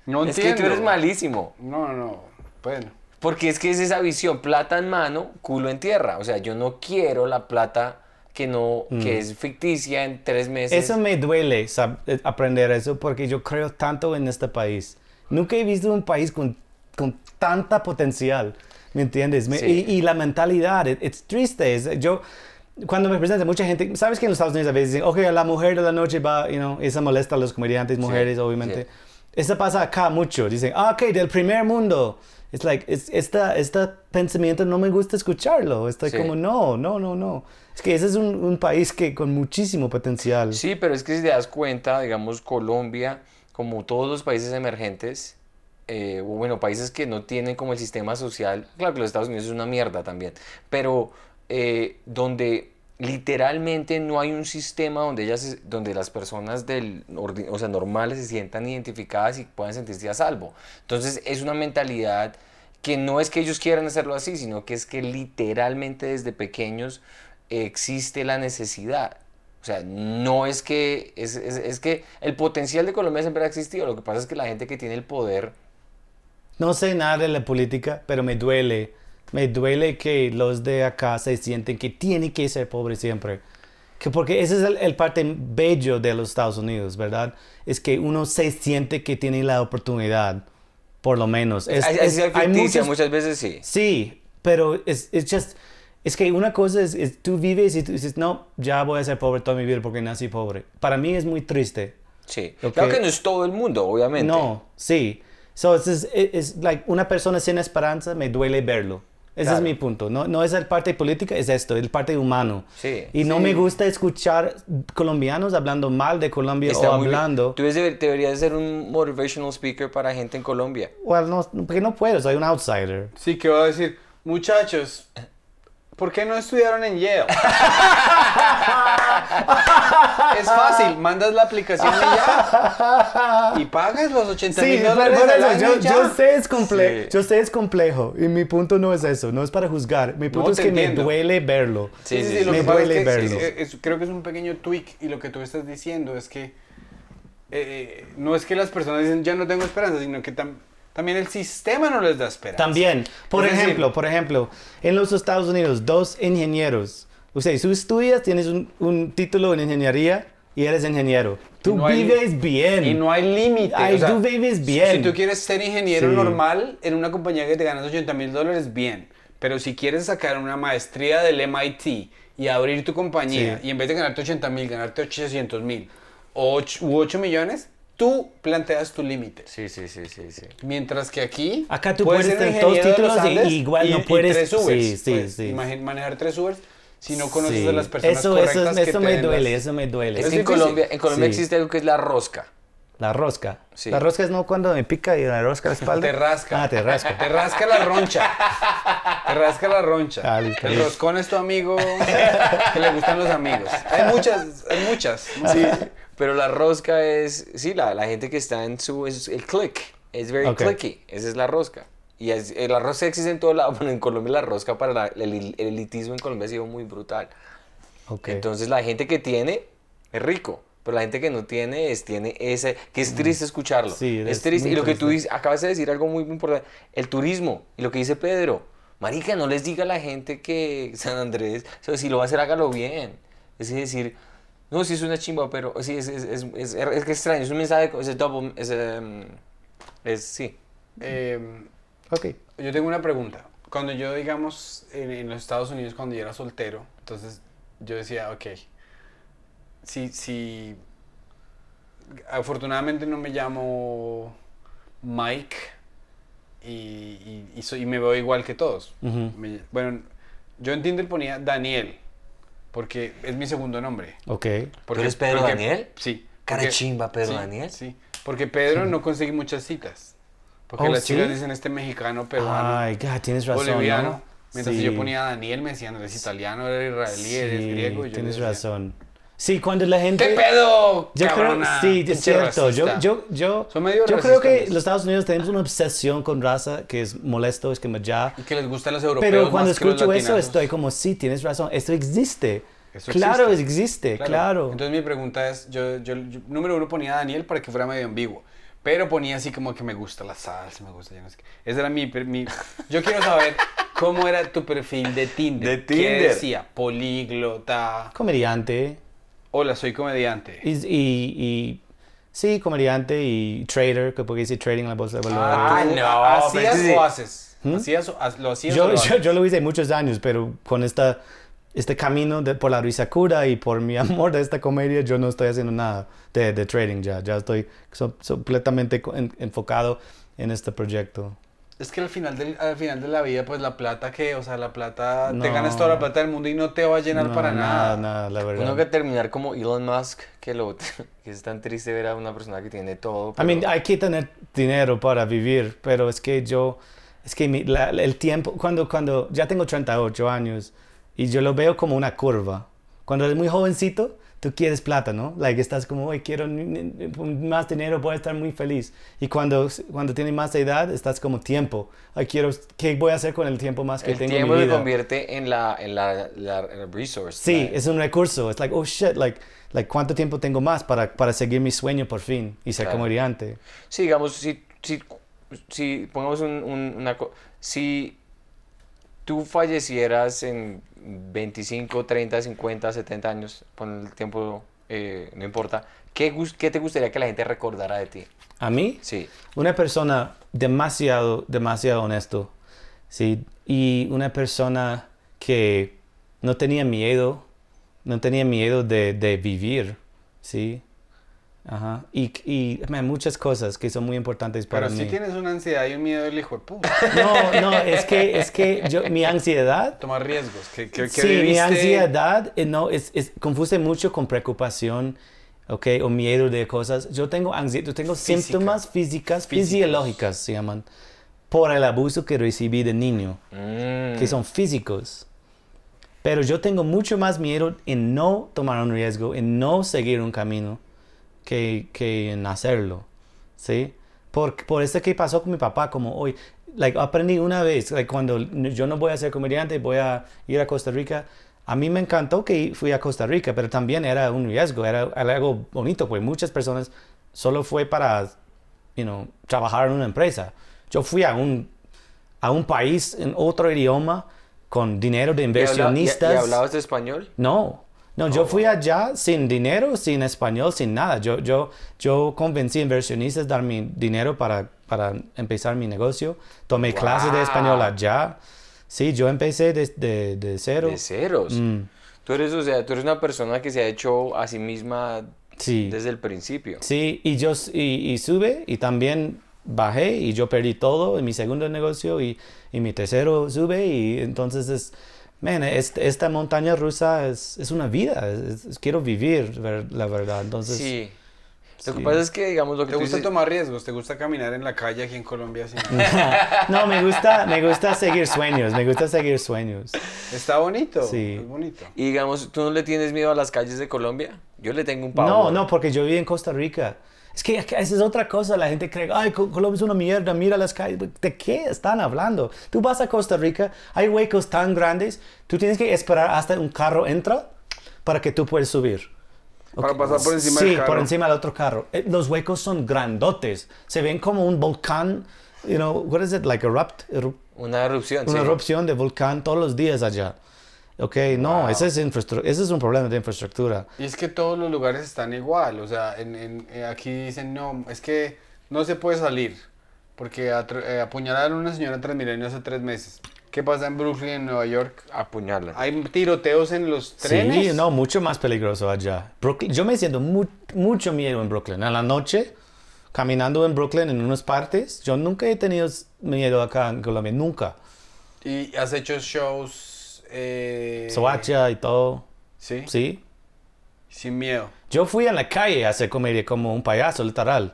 No es entiendo. que tú eres malísimo. No, no, no. Bueno. Porque es que es esa visión, plata en mano, culo en tierra. O sea, yo no quiero la plata que no, que es ficticia en tres meses. Eso me duele sab- eh, aprender eso porque yo creo tanto en este país. Nunca he visto un país con, con tanta potencial, ¿me entiendes? Me- Sí. y, y la mentalidad, it- it's triste. es- yo, cuando me presenta mucha gente, sabes que en los Estados Unidos a veces dicen, ok, la mujer de la noche va, you know, esa molesta a los comediantes, mujeres, sí. obviamente. Eso pasa acá mucho. Dicen, ah, ok, del primer mundo. Es like, es, esta, este pensamiento no me gusta escucharlo. Estoy Sí. como, no, no, no, no. Es que ese es un, un país que con muchísimo potencial. Sí, pero es que si te das cuenta, digamos, Colombia, como todos los países emergentes, eh, o bueno, países que no tienen como el sistema social, claro que los Estados Unidos es una mierda también, pero eh, donde literalmente no hay un sistema donde ellas, se- donde las personas del, ordi- o sea, normales se sientan identificadas y puedan sentirse a salvo. Entonces es una mentalidad que no es que ellos quieran hacerlo así, sino que es que literalmente desde pequeños eh, existe la necesidad. O sea, no es que, es, es- es que el potencial de Colombia siempre ha existido, lo que pasa es que la gente que tiene el poder, No sé nada de la política, pero me duele. Me duele que los de acá se sienten que tienen que ser pobres siempre. Que porque ese es el, el parte bello de los Estados Unidos, ¿verdad? Es que uno se siente que tiene la oportunidad, por lo menos. Es- hay, es- hay ficticia, muchos- muchas veces sí. Sí, pero es it's just, es que una cosa es, es tú vives y tú dices, no, ya voy a ser pobre toda mi vida porque nací pobre. Para mí es muy triste. sí. Ok. Claro que no es todo el mundo, obviamente. No, sí. So, es, es, es like una persona sin esperanza, me duele verlo. Ese Claro. es mi punto. No, no es la parte política, es esto, el parte humano. Sí. y no me gusta escuchar colombianos hablando mal de Colombia Está o muy bien. hablando. Tú deber- deberías ser un motivational speaker para gente en Colombia. Well, no, porque no puedo, soy un outsider. Sí, que va a decir, muchachos, ¿Por qué no estudiaron en Yale? es fácil, mandas la aplicación y ya. Y pagas los 80 mil Sí, pero dólares por al eso, año yo, y ya. yo sé es comple- Sí. yo sé es complejo y mi punto no es eso, no es para juzgar, mi punto No, es te que entiendo. me duele verlo. Sí, sí, eh, sí, lo Me que pasa es duele que verlo. es- es- creo que es un pequeño tweak y lo que tú estás diciendo es que eh, no es que las personas dicen ya no tengo esperanza, sino que tam- también el sistema no les da esperanza. También, por Es decir- ejemplo, por ejemplo, en los Estados Unidos, dos ingenieros. O sea, tú estudias, tienes un, un título en ingeniería y eres ingeniero. Tú no hay- vives bien. Y no hay límite. Ay, o sea, tú vives bien. Si tú quieres ser ingeniero Sí. normal en una compañía que te ganas 80 mil dólares, bien. Pero si quieres sacar una maestría del MIT y abrir tu compañía Sí. y en vez de ganarte 80 mil, ganarte 800 mil u 8 millones, tú planteas tu límite. Sí, sí, sí, sí, sí. Mientras que aquí. Acá tú puedes ser un tener dos ingeniero de los títulos y Andes igual no puedes- tres Ubers. sí, sí, Puedes sí. imagi- manejar tres Ubers si no conoces Sí. a las personas eso, correctas. eso, que te eso me den las- duele, eso me duele. Es, Es que en difícil. Colombia, en Colombia Sí. existe algo que es la rosca. La rosca. Sí. La rosca es no cuando me pica y la rosca la espalda. Te rasca. Ah, te rasca. Te rasca la roncha. Te rasca la roncha. Ah, listo. El roscón es tu amigo que le gustan los amigos. Hay muchas, hay muchas. Sí, pero la rosca es, sí, la, la gente que está en su, es el click, es very Ok. clicky, esa es la rosca. Y es- eh, la rosca existe en todo lado, bueno, en Colombia la rosca para la- el, el elitismo en Colombia ha sido muy brutal. Ok. Entonces la gente que tiene es rico, pero la gente que no tiene es tiene ese, que es triste escucharlo. Mm. Sí, es es triste. muy Y lo que tú triste. dices- acabas de decir algo muy, muy importante, el turismo y lo que dice Pedro. Marica, no les diga a la gente que San Andrés, o sea, si lo va a hacer, hágalo bien. Es decir, no, si es una chimba, pero sí, es, es, es, es, es que extraño, es un mensaje, es double, es, em, es sí. Eh, Ok. yo tengo una pregunta. Cuando yo, digamos, en, en los Estados Unidos, cuando yo era soltero, entonces yo decía, ok, si, si afortunadamente no me llamo Mike y, y- y soy- y me veo igual que todos. Ujú. Me- bueno, yo en Tinder ponía Daniel, porque es mi segundo nombre. Ok. Porque, eres Pedro Daniel? Sí. Cara porque- chimba, Pedro sí, Daniel. Sí, porque Pedro no consigue muchas citas. Porque Oh, las chicas ¿sí? dicen este mexicano, peruano, Ay, God, tienes razón. ¿no? boliviano. Mientras Sí. yo ponía Daniel, me decían, eres italiano, eres israelí, eres Sí, griego. Y yo tienes les decía, razón. Sí, cuando la gente... ¿Qué pedo, Yo creo, cabrona, sí, pinche es cierto. Yo, racista?" yo, yo, Son medio yo creo que racistas. los Estados Unidos tenemos una obsesión con raza que es molesto, es que me ya. Y que les gustan los europeos Pero cuando más que los escucho eso latinazos. estoy como, sí, tienes razón, esto existe. Eso claro, existe. existe, claro. Entonces mi pregunta es, yo, yo, yo- número uno ponía a Daniel para que fuera medio ambiguo, pero ponía así como que me gusta la salsa, me gusta, yo no sé qué. Ese era mi, per- mi- yo quiero saber cómo era tu perfil de Tinder. De Tinder. ¿Qué decía? Políglota. Comediante Hola, soy comediante. y, y- y- sí, comediante y trader, que porque dice trading en la bolsa de valores. Ah, ¿Tú no, ¿Hacías pero sí. o haces? ¿Hacías o, ha- ¿Lo hacías o ¿Mm? yo, lo yo, haces? yo lo hice muchos años, pero con esta, este camino de, por la risa cura y por mi amor de esta comedia, yo no estoy haciendo nada de, de trading ya. Ya estoy so- so- completamente co- en- enfocado en este proyecto. Es que al final, del, al final de la vida, pues la plata que, o sea, la plata, te No. ganas toda la plata del mundo y no te va a llenar No, para nada, nada. nada, la Uno que verdad. terminar como Elon Musk, que, lo, que es tan triste ver a una persona que tiene todo. I mean, pero- hay que tener dinero para vivir, pero es que yo, es que mi- la- el tiempo, cuando, cuando ya tengo 38 años y yo lo veo como una curva. Cuando eres muy jovencito, tú quieres plata, ¿no? Like, estás como, hoy quiero ni- ni- más dinero, voy a estar muy feliz. Y cuando, cuando tienes más edad, estás como tiempo. Ay, quiero, ¿qué voy a hacer con el tiempo más que el tengo tiempo en mi se vida? convierte en la, en la, la- la resource. Sí, la- es un recurso. Es like, oh shit, like, like, ¿cuánto tiempo tengo más para, para seguir mi sueño por fin y ser Claro. comediante? Sí, digamos, si, si, si pongamos un- un- una co- si tú fallecieras en 25, 30, 50, 70 años, pon el tiempo, eh, no importa, ¿qué, gus- ¿qué te gustaría que la gente recordara de ti? ¿A mí? Sí, una persona demasiado, demasiado honesto, ¿sí? Y una persona que no tenía miedo, no tenía miedo de, de vivir, ¿sí? Ajá. Y, y man, muchas cosas que son muy importantes para Pero mí. si tienes una ansiedad y un miedo del hijo de puta. No, no, es que, es que yo, mi ansiedad tomar riesgos. Que, que, que sí, mi viviste- ansiedad eh, no, es, es, confuse mucho con preocupación, ¿ok? O miedo de cosas. Yo tengo ansiedad, yo tengo Física. síntomas físicas, Físicos. fisiológicas se llaman, Mm. Mm. por el abuso que recibí de niño, que son físicos. Pero yo tengo mucho más miedo en no tomar un riesgo, en no seguir un camino, que, que en hacerlo. ¿Sí? Por, por eso que pasó con mi papá, como hoy, like, aprendí una vez, like, cuando n- yo no voy a ser comediante, voy a ir a Costa Rica. A mí me encantó que fui a Costa Rica, pero también era un riesgo, era, era algo bonito, porque muchas personas solo fue para, you know, trabajar en una empresa. Yo fui a un, a un país en otro idioma con dinero de ¿Y habla- y- inversionistas. ¿Y hablabas de español? No, no, yo fui allá sin dinero, sin español, sin nada. Yo, yo, yo convencí a inversionistas de dar mi dinero para, para empezar mi negocio. Tomé clases de español Wow. allá. Sí, yo empecé de, de- de cero. De ceros. mm. Tú eres, o sea, tú eres una persona que se ha hecho a sí misma Sí, desde el principio. sí, y yo s- y, y sube y también bajé y yo perdí todo en mi segundo negocio y, y mi tercero sube y entonces es, man, es- esta montaña rusa es, es una vida. es- es- quiero vivir, ver- la verdad. Entonces, Sí. Lo que sí. pasa es que, digamos, lo que ¿Te tú gusta dices- tomar riesgos? ¿Te gusta caminar en la calle aquí en Colombia? Así? No, me gusta, me gusta seguir sueños, me gusta seguir sueños. Está bonito. Sí. Es bonito. Y digamos, ¿tú no le tienes miedo a las calles de Colombia? Yo le tengo un No, pavor. no, porque yo viví en Costa Rica. Es que acá- esa es otra cosa, la gente cree, ay, Co- Colombia es una mierda, mira las calles. ¿De qué están hablando? Tú vas a Costa Rica, hay huecos tan grandes, tú tienes que esperar hasta un carro entra para que tú puedas subir. Para pasar por encima sí, del carro. por encima del otro carro. Eh, Los huecos son grandotes, se ven como un volcán, you know, what is it, like erupt, erupt Una erupción, una sí. erupción de volcán todos los días allá. Ok, no, ese es, infraestru- ese es un problema de infraestructura. Y es que todos los lugares están igual, o sea, en, en- eh, aquí dicen, no, es que no se puede salir, porque atro- eh, apuñalaron a una señora transmilenio hace tres meses. ¿Qué pasa en Brooklyn, en Nueva York? Apuñalan. ¿Hay tiroteos en los trenes? Sí, no, mucho más peligroso allá. Brooklyn, yo me siento mu- mucho miedo en Brooklyn. A la noche, caminando en Brooklyn en unas partes, yo nunca he tenido s- miedo acá en Colombia, nunca. ¿Y has hecho shows? Eh, Soacha y todo, ¿sí? sí. Sin miedo. Yo fui en la calle a hacer comedia como un payaso, literal.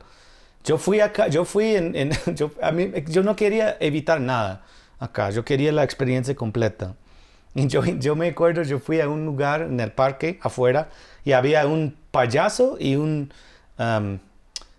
Yo fui acá, yo fui en, en- yo, a mí, yo no quería evitar nada acá, yo quería la experiencia completa. Y yo, yo me acuerdo, yo fui a un lugar en el parque afuera y había un payaso y un, um,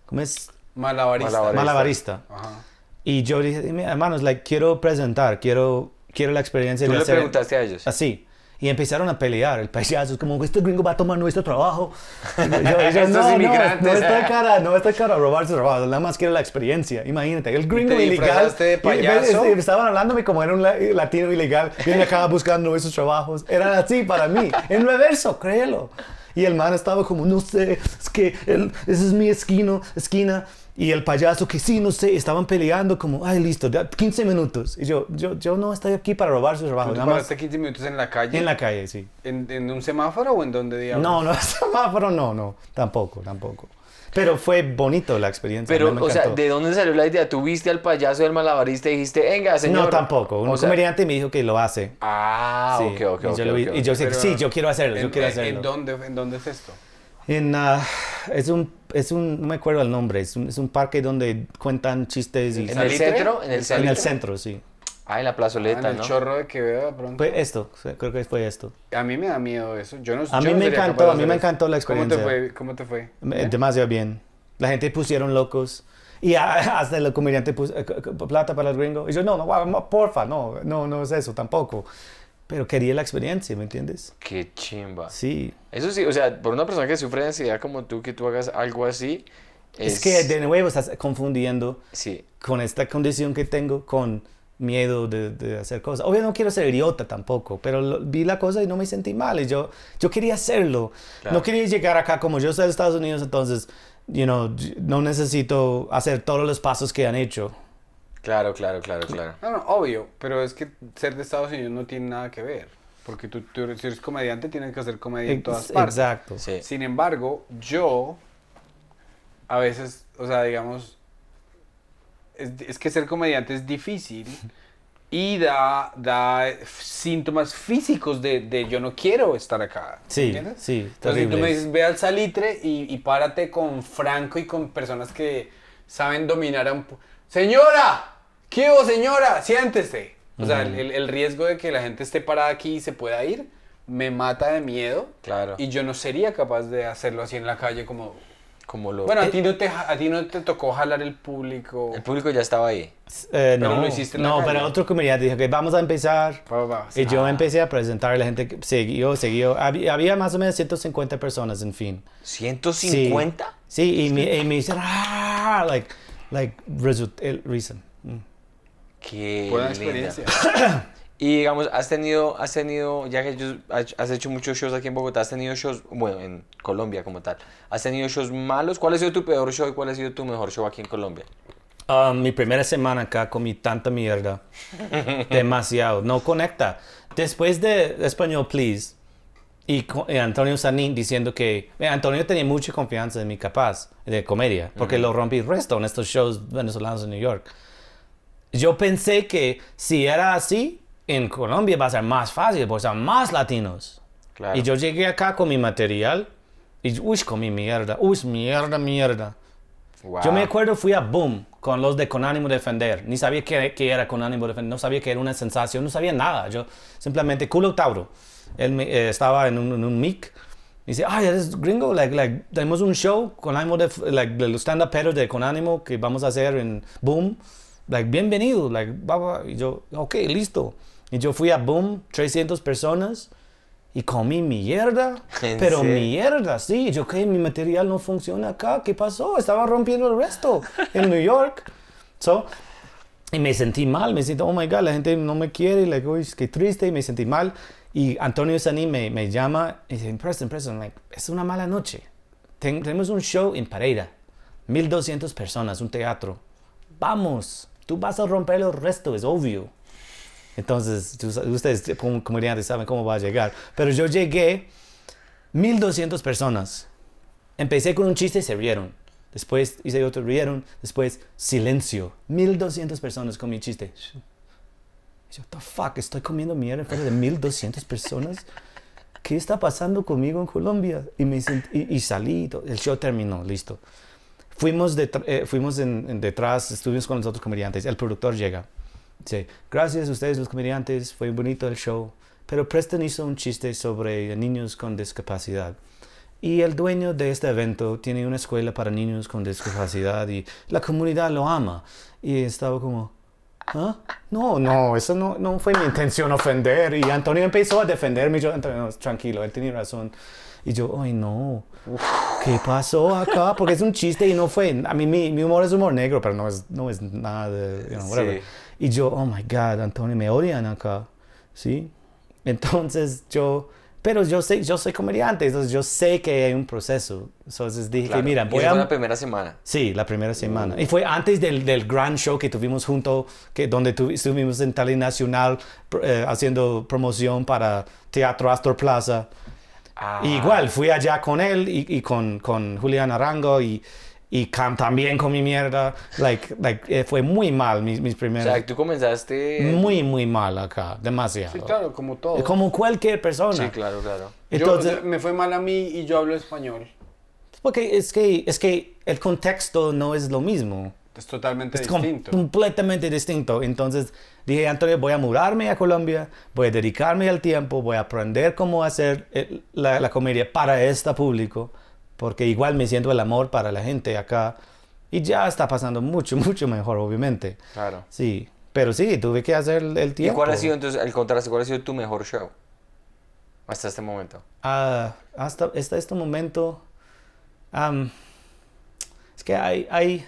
¿cómo es? Malabarista. Malabarista. Malabarista. Ajá. Y yo dije, "Mira, hermanos, like, quiero presentar, quiero, quiero la experiencia Tú de le hacer- preguntaste a ellos. Así. Y empezaron a pelear. El payaso es como, este gringo va a tomar nuestro trabajo. Y Yo, y yo, Estos no, no, inmigrantes". no estoy cara, no estoy cara a robar su trabajo. Nada más quiero la experiencia. Imagínate, el gringo te ilegal. disfrazaste de y- y- payaso? y- y Estaban hablándome como era un la- eh, latino ilegal. Viene acá buscando esos trabajos. Era así para mí. En reverso, créelo. Y el man estaba como, no sé, es que el- esa es mi esquino, esquina. Y el payaso que sí, no sé, estaban peleando como, ay, listo, ya 15 minutos. Y yo, yo, yo no estoy aquí para robar su trabajo. ¿Tú te Ah, Nada más paraste 15 minutos en la calle? en la calle, sí. ¿En, en un semáforo o en donde diablos? pues. No, no, semáforo no, no, tampoco, tampoco. Pero fue bonito la experiencia. Pero, a mí me o sea, encantó. ¿de dónde salió la idea? ¿Tú viste al payaso del malabarista y dijiste, venga, señor? no, tampoco. Un O sea- comediante me dijo que lo hace. Ah, Sí, ok, ok, y ok, yo, lo vi- ok, y yo ok. dije, Pero, pues, sí, yo quiero hacerlo, ¿En, yo quiero en- hacerlo. en dónde, ¿En dónde es esto? En, ah, es un, es un, no me acuerdo el nombre, es un, es un parque donde cuentan chistes y... ¿En el ¿Salitre? centro? En el En centro. en el centro, sí. Ah, en la plazoleta, Ah, en el ¿no? chorro de Quevedo de pronto. Fue esto, creo que fue esto. A mí me da miedo eso. Yo no, Pues, A yo mí no me sería encantó, capaz de a mí hacer me eso. encantó la experiencia. ¿Cómo te fue? ¿Cómo te fue? Me- Demasiado bien. La gente pusieron locos. Y a- hasta el comediante puso eh, c- c- plata para el gringo. Y yo, no, no, guau, no, porfa, no, no, no es eso tampoco. Pero quería la experiencia, ¿me entiendes? Qué chimba. Sí. Eso sí, o sea, por una persona que sufre de ansiedad como tú, que tú hagas algo así, Es... es... que de nuevo estás confundiendo Sí, con esta condición que tengo con miedo de, de hacer cosas. Obvio no quiero ser idiota tampoco, pero lo- vi la cosa y no me sentí mal. Y yo, yo quería hacerlo. Claro. No quería llegar acá como yo soy de Estados Unidos, entonces, you know, no necesito hacer todos los pasos que han hecho. claro, claro, claro, claro. No, no, obvio, pero es que ser de Estados Unidos no tiene nada que ver. Porque tú, tú eres- si eres comediante, tienes que hacer comedia en todas Ex- partes. Exacto. Sí. Sin embargo, yo a veces, o sea, digamos, es, es que ser comediante es difícil y da, da síntomas físicos de, de yo no quiero estar acá. Sí, ¿entiendes? sí, Entonces, si tú me terribles. dices, ve al salitre y, y párate con Franco y con personas que saben dominar a un... pu- Señora, ¿qué hubo, señora? Siéntese. O sea, el, el riesgo de que la gente esté parada aquí y se pueda ir me mata de miedo. Claro. Y yo no sería capaz de hacerlo así en la calle como... Como lo... Bueno, a Eh, ti no te, ja- a ti no te tocó jalar el público. el público ya estaba ahí. Eh, Pero no, lo hiciste en la no, calle. pero otro comediante dijo que vamos a empezar. Pa, pa, pa. Y yo empecé a presentar a la gente, que siguió, siguió. Había, había más o menos 150 personas, en fin. Sí. ¿150? Sí, y me, y me dicen, "Ah", like, like, result- el reason. Mm. Qué Buena linda. experiencia. Y digamos, has tenido, has tenido, ya que yo- has has hecho muchos shows aquí en Bogotá, has tenido shows, bueno, en Colombia como tal, has tenido shows malos. ¿Cuál ha sido tu peor show y cuál ha sido tu mejor show aquí en Colombia? Ah, mi primera semana acá comí tanta mierda. Demasiado. No conecta. Después de Español Please y, co- y Antonio Sanín diciendo que... eh, Antonio tenía mucha confianza en mi capaz de comedia porque lo rompí el resto en estos shows venezolanos en New York. Yo pensé que si era así, en Colombia va a ser más fácil porque son más latinos. Claro. Y yo llegué acá con mi material y, uy, comí mierda. Uy, mierda, mierda. Wow. Yo me acuerdo fui a Boom con los de Con Ánimo de Defender. Ni sabía qué, qué era Con Ánimo de Defender, no sabía que era una sensación, no sabía nada. Yo simplemente, culo Tauro. Él me- eh, estaba en un, en un mic. Me dice, ay, eres gringo, like, like, tenemos un show con ánimo de, like, de los stand uperos de Con Ánimo que vamos a hacer en Boom. Like, bienvenido, like, blah, blah. Y yo, ok, listo. Y yo fui a Boom, 300 personas, y comí mierda, ¿En pero serio? mi mierda, sí, yo que mi material no funciona acá, ¿qué pasó? Estaba rompiendo el resto en New York. So, y me sentí mal, me sentí, oh my god, la gente no me quiere, like, uy, qué triste, y me sentí mal. Y Antonio Sanín me, me llama y dice, Preston, Preston, like, es una mala noche. Ten- tenemos un show en Pereira, 1200 personas, un teatro. Vamos, tú vas a romper el resto, es obvio. Entonces, tú sa- ustedes como comediantes saben cómo va a llegar. Pero yo llegué, 1200 personas. Empecé con un chiste, se rieron. Después hice otro, rieron. Después, silencio. 1200 personas con mi chiste. Y Yo, the fuck, estoy comiendo mierda en frente de 1200 personas. ¿Qué está pasando conmigo en Colombia? Y, me sent- y, y salí, y todo. el show terminó, listo. Fuimos, detr- eh, fuimos en, en detrás, estuvimos con los otros comediantes. El productor llega. Dice, gracias a ustedes los comediantes, fue bonito el show. Pero Preston hizo un chiste sobre niños con discapacidad. Y el dueño de este evento tiene una escuela para niños con discapacidad y la comunidad lo ama. Y estaba como, ¿Ah? No, no, eso no, no fue mi intención ofender. Y Antonio empezó a defenderme. y Yo, Antonio, no, tranquilo, él tenía razón. Y yo, ay, no, ¿qué pasó acá? Porque es un chiste y no fue. A mí, mi, mi humor es humor negro, pero no es, no es nada de. you know, whatever. Sí. Y yo, oh my God, Antonio, me odian acá. ¿Sí? Entonces yo. Pero yo sé, yo soy comediante, entonces yo sé que hay un proceso. Entonces dije Claro. que, mira, Y voy esa a. fue la primera semana. Sí, la primera semana. Y fue antes del, del gran show que tuvimos junto, que donde tu- estuvimos en Tallinn Nacional pr- eh, haciendo promoción para Teatro Astor Plaza. Ah, Y igual, fui allá con él y, y con, con Julián Arango y, y Cam también con mi mierda. Like, like, eh, fue muy mal mis, mis O primeros. sea, tú comenzaste... muy, muy mal acá, demasiado. Sí, claro, como todo. Como cualquier persona. Sí, claro, claro. Yo- Entonces, me fue mal a mí y yo hablo español. porque es que, es que el contexto no es lo mismo. Es totalmente Es com- distinto. completamente distinto. Entonces dije, Antonio, voy a mudarme a Colombia, voy a dedicarme al tiempo, voy a aprender cómo hacer eh, la, la comedia para este público, porque igual me siento el amor para la gente acá. Y ya está pasando mucho, mucho mejor, obviamente. Claro. Sí, pero sí, tuve que hacer el, el ¿Y tiempo. cuál ha sido entonces el contraste? ¿Cuál ha sido tu mejor show? Hasta este momento. Ah, hasta, hasta este momento, am, es que hay, hay-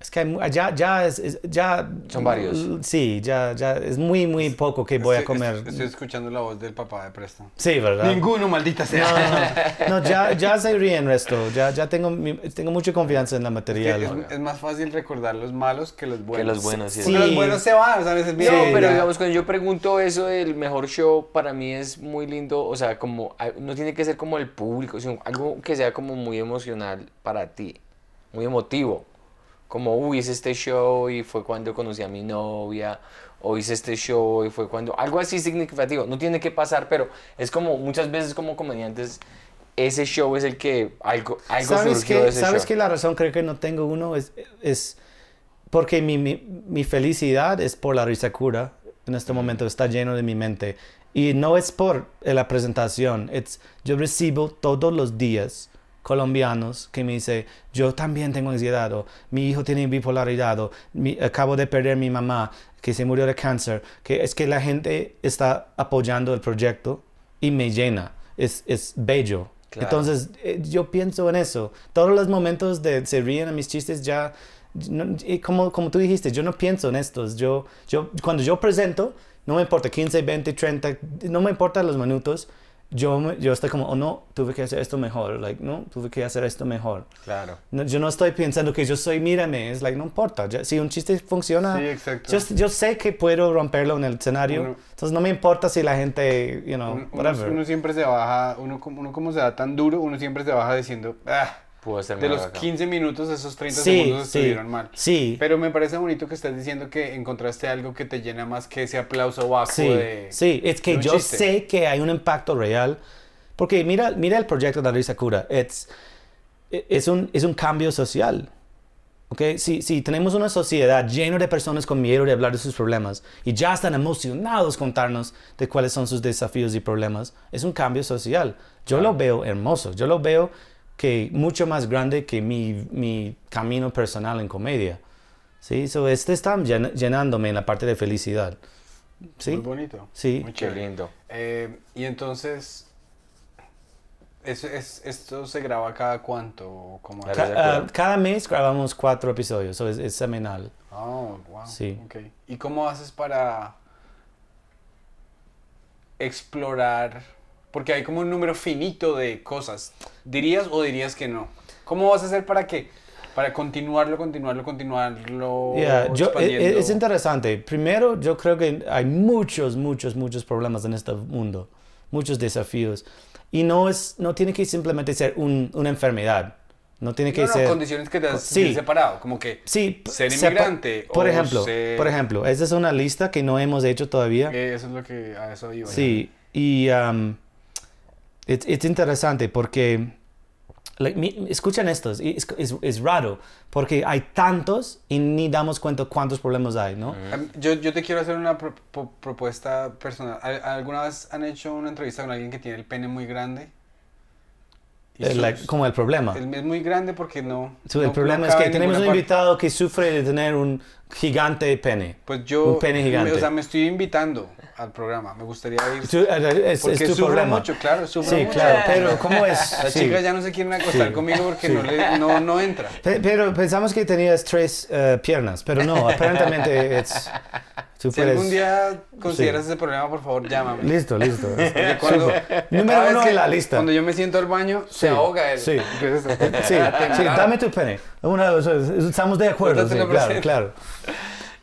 es que hay mu- ya, ya, es- es- ya, Son varios. l- Sí, ya, ya, es muy, muy poco que voy a Estoy- comer. Estoy, escuchando la voz del papá de Preston. Sí, ¿verdad? Ninguno, maldita sea. No, no, no, ya, ya se ríen resto, ya, ya tengo, mi- tengo mucha confianza en la Que material. Es, es más fácil recordar los malos que los buenos. Que los buenos. Sí. Sí. Porque Los buenos se van, o sea, a veces No, vienen, pero ya. digamos, cuando yo pregunto eso del mejor show, para mí es muy lindo, o sea, como, a- no tiene que ser como el público, sino algo que sea como muy emocional para ti, muy emotivo. Como, uy, hice este show y fue cuando conocí a mi novia, o hice este show y fue cuando, algo así significativo, no tiene que pasar, pero es como, muchas veces como comediantes, ese show es el que algo, algo ¿Sabes surgió de que, ese ¿sabes show. que la razón creo que no tengo uno es, es porque mi, mi, mi felicidad es por la risa cura. En este momento está lleno de mi mente. Y no es por eh, la presentación. It's, yo recibo todos los días colombianos que me dicen, yo también tengo ansiedad, o mi hijo tiene bipolaridad, o "Mi- acabo de perder mi mamá, que se murió de cáncer. Que es que la gente está apoyando el proyecto y me llena. Es, es bello. Claro. Entonces, eh, yo pienso en eso. Todos los momentos de se ríen a mis chistes ya... no- y como, como tú dijiste, yo no pienso en estos. Yo, yo, cuando yo presento, no me importa 15, 20, 30, no me importan los minutos. Yo, me- yo estoy como, oh no, tuve que hacer esto mejor. Like, no, tuve que hacer esto mejor. Claro. No, yo no estoy pensando que yo soy, mírame. Es like, no importa. Ya- si un chiste funciona, Sí, exacto. yo, yo sé que puedo romperlo en el escenario. Uno- entonces no me importa si la gente, you know, Uno, uno- whatever. uno siempre se baja, uno, como- uno como se da tan duro, uno siempre se baja diciendo, "Ah, Puedo hacer de mejor los acá. 15 minutos, esos 30 Sí, segundos sí. estuvieron mal. Sí, Pero me parece bonito que estás diciendo que encontraste algo que te llena más que ese aplauso bajo Sí, de... sí, es de que un yo chiste. sé que hay un impacto real. Porque mira, mira el proyecto de la risa cura. Es, e, es, un, es un cambio social. ¿ok? Si, si tenemos una sociedad llena de personas con miedo de hablar de sus problemas y ya están emocionados contarnos de cuáles son sus desafíos y problemas, es un cambio social. Yo lo veo hermoso, yo lo veo que mucho más grande que mi, mi camino personal en comedia. ¿sí? So, este está llen- llenándome en la parte de felicidad. ¿sí? Muy bonito. Sí. Muy Qué chévere. lindo. Eh, y entonces, ¿es- es- ¿esto se graba cada cuánto? o ¿Cómo es? Cada- Ca- de acuerdo. ah, cada mes grabamos cuatro episodios, so es, es semanal. Oh, wow. Sí. ok. ¿Y cómo haces para explorar? Porque hay como un número finito de cosas. ¿Dirías o dirías que no? ¿Cómo vas a hacer para que para continuarlo, continuarlo, continuarlo? Yeah, yo- e- e- expandiendo? es interesante. Primero, yo creo que hay muchos, muchos, muchos problemas en este mundo, muchos desafíos. Y no, es, no tiene que simplemente ser un- una enfermedad. No tiene que No, no, ser... condiciones que te has Sí. separado, como que Sí, p- ser sepa- inmigrante Por o ejemplo, ser- por ejemplo, esa es una lista que no hemos hecho todavía. eh, eso es lo que a eso iba. Sí, y um, es, es interesante porque like, mi- escuchan estos, y es, es- es raro porque hay tantos y ni damos cuenta cuántos problemas hay, ¿no? Am- Em, Yo, yo te quiero hacer una pro- po- propuesta personal. ¿Al- ¿Alguna vez han hecho una entrevista con alguien que tiene el pene muy grande? Y Eh, sus- like, como el problema. El es muy grande porque no. So, el no- problema no es cabe que en tenemos un ninguna parte. invitado que sufre de tener un gigante pene. Pues yo. un pene gigante. O sea, me estoy invitando al programa. Me gustaría ir. Tú- eh, es, porque es tu sufro problema. mucho, claro, sufro sí, mucho. claro, pero ¿cómo es? Las Sí. chicas ya no se quieren acostar conmigo porque no, le- no, no entra. Pe- Pero pensamos que tenías tres eh, piernas, pero no, aparentemente es... tú Si puedes- algún día consideras ese problema, por favor, llámame. Listo, listo. Porque cuando, Súper. cada Número vez uno que- en la lista. Cuando yo me siento al baño, Sí, se ahoga él. sí. Entonces, Sí, sí, dame tu pene. Una, dos, tres, estamos de acuerdo. sí, Cuéntatelo, claro, Brasil. claro.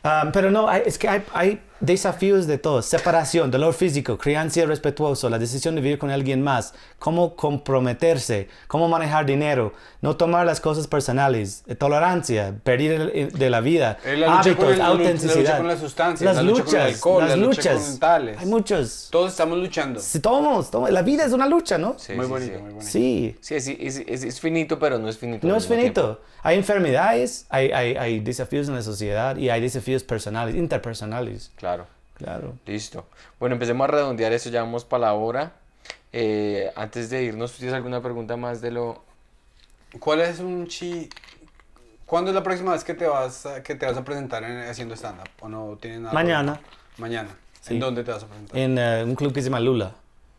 Ah, pero no, hay- es que hay, hay desafíos de todo. Separación, dolor físico, crianza respetuoso, la decisión de vivir con alguien más, cómo comprometerse, cómo manejar dinero, no tomar las cosas personales, eh, tolerancia, pedir el- de la vida, Eh, la lucha con hábitos, el- la lucha- la lucha autenticidad. con las sustancias, las la lucha luchas, con el alcohol, las la lucha luchas. con tales. Hay muchos. Todos estamos luchando. Si tomamos, tomamos- la vida es una lucha, ¿no? Sí, muy sí, bonito, sí. muy bonito. sí. Sí, es, es, es- es finito, pero no es finito. No al es mismo finito. tiempo. Hay enfermedades, hay, hay, hay desafíos en la sociedad y hay desafíos personales, interpersonales. Claro. Claro. Listo. Bueno, empecemos a redondear eso, ya vamos para la hora. Eh, antes de irnos, ¿tú ¿tienes alguna pregunta más de lo...? ¿Cuál es un chi? ¿Cuándo es la próxima vez que te vas a, que te vas a presentar en- haciendo stand-up? ¿O no tienes nada? Mañana. Mañana. Sí. ¿En dónde te vas a presentar? En eh, un club que se llama Lula.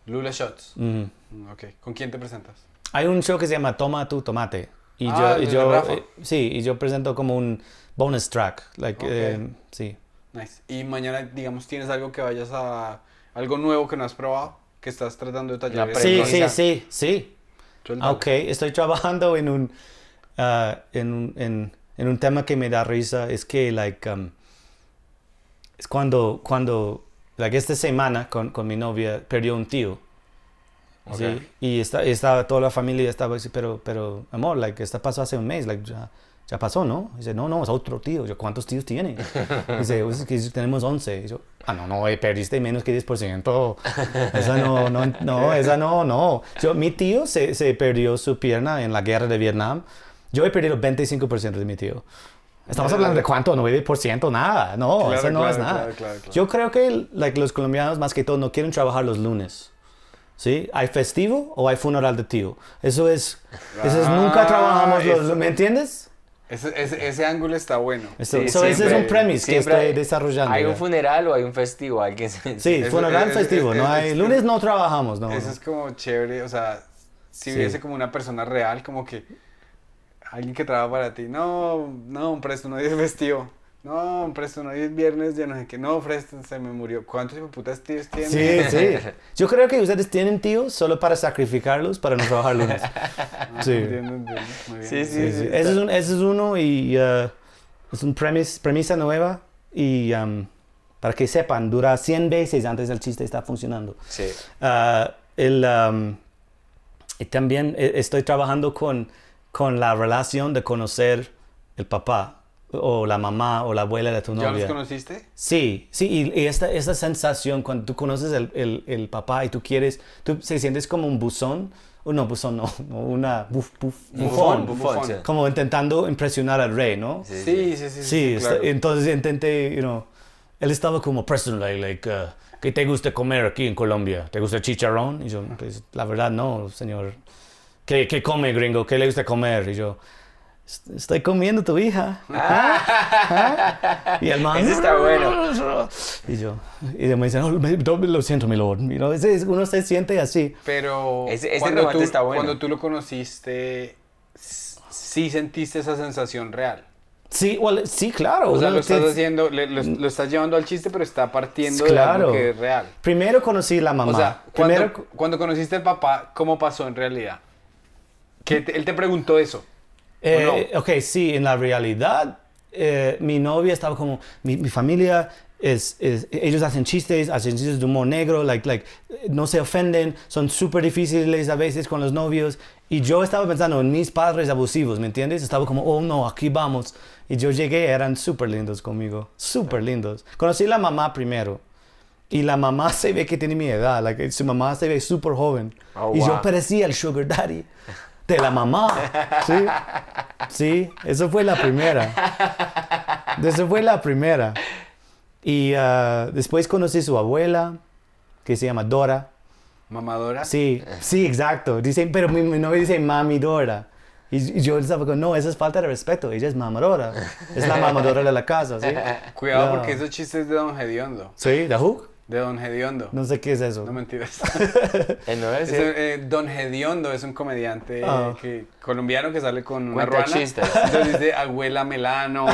Lula Shots. Ujú. Mm, Ok. ¿Con quién te presentas? Hay un show que se llama Toma tu tomate. Y Ah, yo, el y de yo Rafa. eh, sí, y yo presento como un bonus track. Like, Ok. eh, sí. Nice. Y mañana, digamos, ¿tienes algo que vayas a... algo nuevo que no has probado? Que estás tratando de tallar. La en- Sí, Pero sí, no- sí, sí. Suéltalo. Ok, estoy trabajando en un, ah, en, un en- en un tema que me da risa. Es que, like, um, es cuando, cuando, like, esta semana con, con mi novia perdió un tío. ¿sí? Ok. Y esta- estaba toda la familia, estaba así, pero, pero, amor, like, esta pasó hace un mes, like, ya, ya pasó, ¿no? dice, no, no, es otro tío. Yo, ¿cuántos tíos tiene? dice, "Pues es que tenemos 11. Y yo, ah, no, no, eh, perdiste menos que 10%. Esa no, no, no, esa no, no. Yo, mi tío se, se perdió su pierna en la guerra de Vietnam. Yo he perdido 25% de mi tío. Estamos hablando de cuánto, 9%, nada. No, Claro, eso no claro, es nada. claro, claro, claro. Yo creo que like, los colombianos más que todo no quieren trabajar los lunes. ¿Sí? ¿Hay festivo o hay funeral de tío? Eso es, eso es nunca Ah, trabajamos los es- lunes, ¿me entiendes? Ese, ese- ese ángulo está bueno. Eso, Sí, eso- ese es siempre- un premise que siempre estoy hay- desarrollando. Hay ya. un funeral o hay un festivo, hay quien se... sí, eso- funeral es- es- festivo, es- no es- hay es- lunes no trabajamos, no. Eso no. es como chévere, o sea, si Sí. hubiese como una persona real, como que alguien que trabaja para ti, no, no, presto, no es festivo, no, presto, no es viernes, ya no sé qué, no, presto, se me murió. ¿Cuántos putas tíos tienes? Sí, sí. Yo creo que ustedes tienen tíos solo para sacrificarlos para no trabajar lunes. Ah, Sí. entiendo, entiendo, muy bien. Sí, sí, Sí, sí. Ese, es un- ese es uno y eh, es un premis- premisa nueva y um, para que sepan, dura 100 veces antes el chiste está funcionando. Sí. Ah, el, um, y también eh, estoy trabajando con, con la relación de conocer el papá o la mamá o la abuela de tu ¿Ya novia. los conociste? Sí, sí, y, y esta, esta sensación cuando tú conoces el, el- el papá y tú quieres, tú se sientes como un buzón, o no, buzón no, no, una buf, buf, Bufón, bufón, bufón, sí. como intentando impresionar al rey, ¿no? Sí, Sí, sí, sí, está- claro. entonces intenté, you know, él estaba como personally, like, uh, ¿qué te gusta comer aquí en Colombia? ¿Te gusta chicharrón? Y yo, pues, la verdad no, señor. ¿Qué, qué come, gringo? ¿Qué le gusta comer? Y yo, "Est- estoy comiendo tu hija. ¿Ah? ¿Ah?" Y el man, Ese está bueno. y yo, y me dicen, "Oh, me- no, lo siento, mi lord. You know, ese es- uno se siente así. Pero Ese- ese cuando, remate tú, está bueno. cuando tú lo conociste, s- sí sentiste esa sensación real. Sí, well, sí, claro. O sea, uno lo estás te- haciendo, le- lo, lo estás llevando al chiste, pero está partiendo de Claro. algo que es real. Primero conocí la mamá. O sea, cuando, Primero, cuando conociste al papá, ¿cómo pasó en realidad? Que te- él te preguntó eso. Eh, Ok, sí, en la realidad, eh, mi novia estaba como, mi, mi familia, es, es- ellos hacen chistes, hacen chistes de humor negro, like, like, eh, no se ofenden, son súper difíciles a veces con los novios. Y yo estaba pensando en mis padres abusivos, ¿me entiendes? Estaba como, oh no, aquí vamos. Y yo llegué, eran súper lindos conmigo, súper lindos. Conocí a la mamá primero. Y la mamá se ve que tiene mi edad, like, su mamá se ve súper joven. Oh, y yo wow. parecía el sugar daddy de la mamá. ¿sí? Sí, eso fue la primera. Eso fue la primera. Y ah, después conocí su abuela, que se llama Dora. Mamadora. Sí, sí, exacto. Dice, pero mi, mi novia dice mami Dora. Y, y yo estaba como, no, eso es falta de respeto. Ella es mamadora. Es la mamadora de la casa, ¿sí? Cuidado No. porque esos chistes de Don Gediondo. ¿Sí? ¿The Hook? De Don Gediondo. No, No sé qué es eso. mentiras. Eh, no, Es ese- el, eh, Don Gediondo es un comediante eh, Ah. que- colombiano que sale con una Cuenta ruana. chistes. Entonces dice abuela Melano.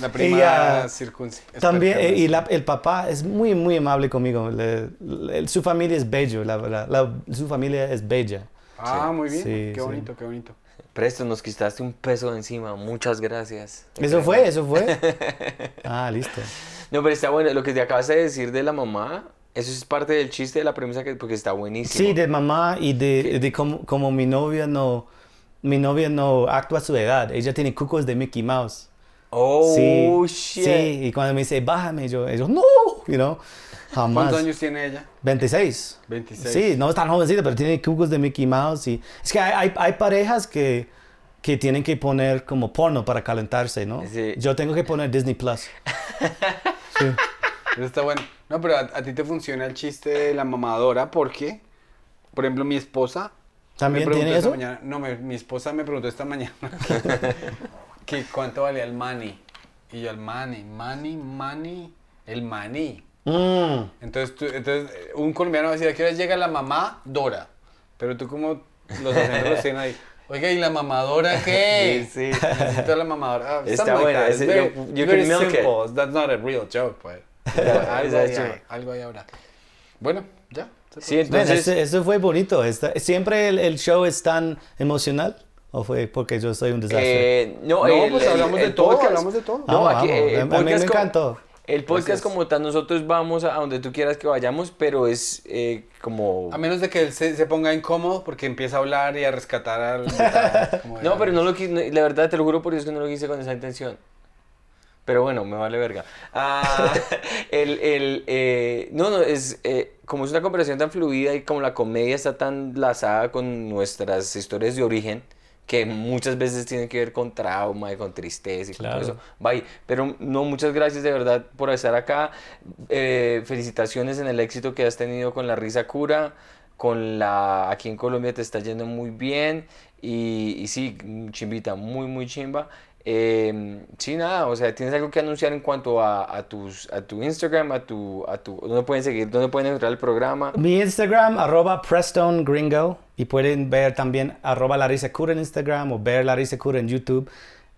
La prima ah, circunc- También, eh, esperpenta. y la- el papá es muy, muy amable conmigo. Le- le- su familia es bello, la verdad. La- su familia es bella. Ah, muy bien. Sí, sí. qué bonito, qué bonito. Presto, nos quitaste un peso de encima. Muchas gracias. Eso fue, eso fue. Ah, listo. No, pero está bueno. Lo que te acabas de decir de la mamá, eso es parte del chiste de la premisa que, porque está buenísimo. Sí, de mamá y de, de cómo, cómo mi novia no mi novia no actúa a su edad. Ella tiene cucos de Mickey Mouse. Oh, Sí, shit. sí. Y cuando me dice, bájame, yo, yo no, you know, jamás. ¿Cuántos años tiene ella? 26. 26. Sí, no es tan jovencita, pero tiene cucos de Mickey Mouse. Y... Es que hay, hay- hay parejas que, que tienen que poner como porno para calentarse, ¿no? Sí. Yo tengo que poner Disney Plus. Eso está bueno. No, pero a, a ti te funciona el chiste de la mamadora porque, por ejemplo, mi esposa... ¿También me preguntó tiene esta eso? mañana- no, me- mi esposa me preguntó esta mañana que, que cuánto valía el mani. Y yo, el mani, mani, mani, el maní. Mm. Entonces, tú- entonces eh, un colombiano decía, ¿a qué hora llega la mamá Dora? Pero tú como los acentos los tienen ahí. Oiga, ¿y la mamadora qué? Sí, sí. Necesito a la mamadora. Ah, Está something like bueno, that. ese- It's very- you- you it's can very milk it. simple. That's not a real joke, pues. algo, esa ahí es hay, chévere. algo ahí habrá. Bueno, ya. Sí, Bueno, entonces. ese- eso fue bonito. Está- ¿Siempre el, el show es tan emocional? ¿O fue porque yo soy un desastre? eh, no, No, el- pues el- hablamos el de todo, podcast. hablamos de todo. No, Vamos, aquí, vamos. eh, A el mí podcast me como- encantó. El podcast como tal, nosotros vamos a a donde tú quieras que vayamos, pero es eh, como... A menos de que él se, se ponga incómodo porque empieza a hablar y a rescatar al... invitado, como de- No, pero no lo quise, la verdad te lo juro por Dios que no lo quise con esa intención. Pero bueno, me vale verga. Ah, el, el, eh, no, no, es eh, como es una conversación tan fluida y como la comedia está tan lazada con nuestras historias de origen, que muchas veces tienen que ver con trauma y con tristeza y Claro. con todo eso. Bye. Pero no, muchas gracias de verdad por estar acá. Eh, felicitaciones en el éxito que has tenido con la risa cura. Con la aquí en Colombia te está yendo muy bien. Y, y sí, chimbita, muy, muy chimba. Eh, sí, nada, o sea, ¿tienes algo que anunciar en cuanto a, a tus, a tu Instagram, a tu, a tu, dónde pueden seguir, dónde pueden encontrar el programa? Mi Instagram, arroba Preston Gringo. Y pueden ver también arroba Larissa Cura en Instagram o ver Larissa Cura en YouTube.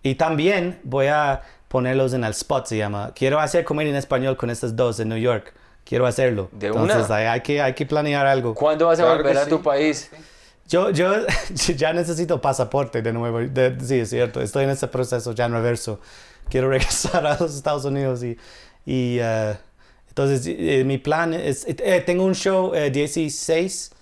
Y también voy a ponerlos en el spot, se llama. Quiero hacer comedia en español con estas dos en New York. Quiero hacerlo. De Entonces una. hay, hay que, hay que planear algo. ¿Cuándo vas a Claro que volver a sí, tu país? Yo, yo ya necesito pasaporte de nuevo. De- sí, es cierto. Estoy en ese proceso ya en reverso. Quiero regresar a los Estados Unidos y... y eh, entonces, eh, mi plan es... eh, tengo un show eh, 16,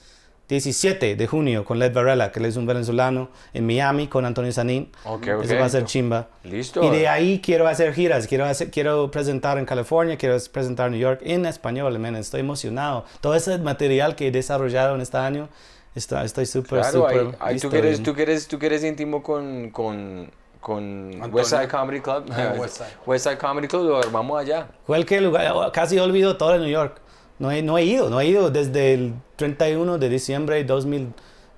17 de junio con Led Varela, que él es un venezolano, en Miami con Antonio Sanín. Ok, Eso ok. va a ser chimba. Listo. Y de ahí quiero hacer giras, quiero, hacer, quiero presentar en California, quiero presentar en New York en español, man, estoy emocionado. Todo ese material que he desarrollado en este año, está, estoy súper, Claro, ahí- Pues súper ahí tú, listo, que eres, man. tú, que eres, tú que eres íntimo con, con, con Antonio. Westside Comedy Club. Ah, Westside. Westside Comedy Club, lo armamos allá. Cualquier lugar, oh, casi olvido todo en New York. No he, no he ido, no he ido desde el 31 de diciembre de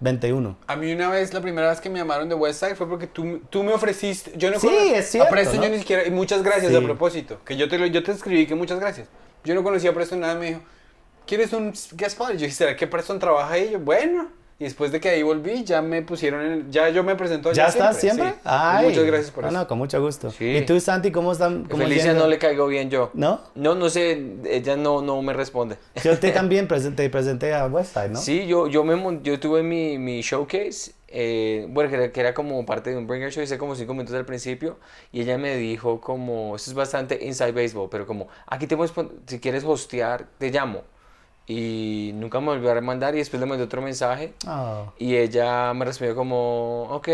2021. A mí una vez, la primera vez que me llamaron de Westside fue porque tú, tú me ofreciste, yo no Sí, cono- es cierto, a Preston ¿no? yo ni siquiera, y muchas gracias Sí. a propósito, que yo te, lo- yo te escribí que muchas gracias. Yo no conocía a Preston nada, me dijo, ¿quieres un guest spot? Y Yo dije, ¿será que Preston trabaja ahí? Y Yo, bueno, y después de que ahí volví, ya me pusieron, en- ya yo me presento Pues allá ¿Ya estás siempre? sí. Y Ay. Muchas gracias por Ah, eso. no, con mucho gusto. Sí. ¿Y tú, Santi, cómo están? Cómo Felicia yendo? no le caigo bien yo. ¿No? No, no sé, ella no, no me responde. Yo te también presenté, presenté a Westside, ¿no? Sí, yo, yo, me, mon- yo tuve mi, mi showcase, eh, bueno, que era, que era como parte de un bringer show, hice como cinco minutos al principio, y ella me dijo como, esto es bastante inside baseball, pero como, aquí te puedes pon- si quieres hostear, te llamo. Y nunca me volvió a mandar, y después le mandé otro mensaje, Oh. y ella me respondió como, ok,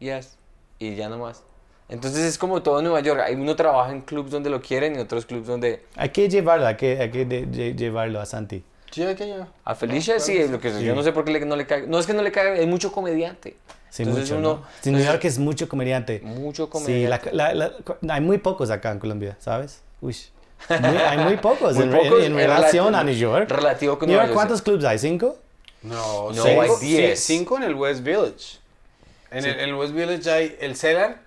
yes, y ya nomás. Entonces es como todo en Nueva York, hay uno trabaja en clubs donde lo quieren y otros clubs donde... Hay que llevarlo, hay que, hay que de- de- llevarlo a Santi. Sí, ya que ya. A Felicia sí, lo que yo no sé por qué le- no le cae. No es que no le caiga, hay mucho comediante. Sí, entonces mucho, uno ¿no? Sí, New York es mucho comediante. mucho Sí, la- comediante. la- la- cu- hay muy pocos acá en Colombia, ¿sabes? Uy. Muy- hay muy pocos, Muy en, pocos, en- en en relación relati- a New York. relativo con New Nueva York, York. ¿Cuántos clubs hay? ¿Cinco? No, No, cinco, hay sí, diez. cinco en el West Village. En el, en el West Village hay el Cellar,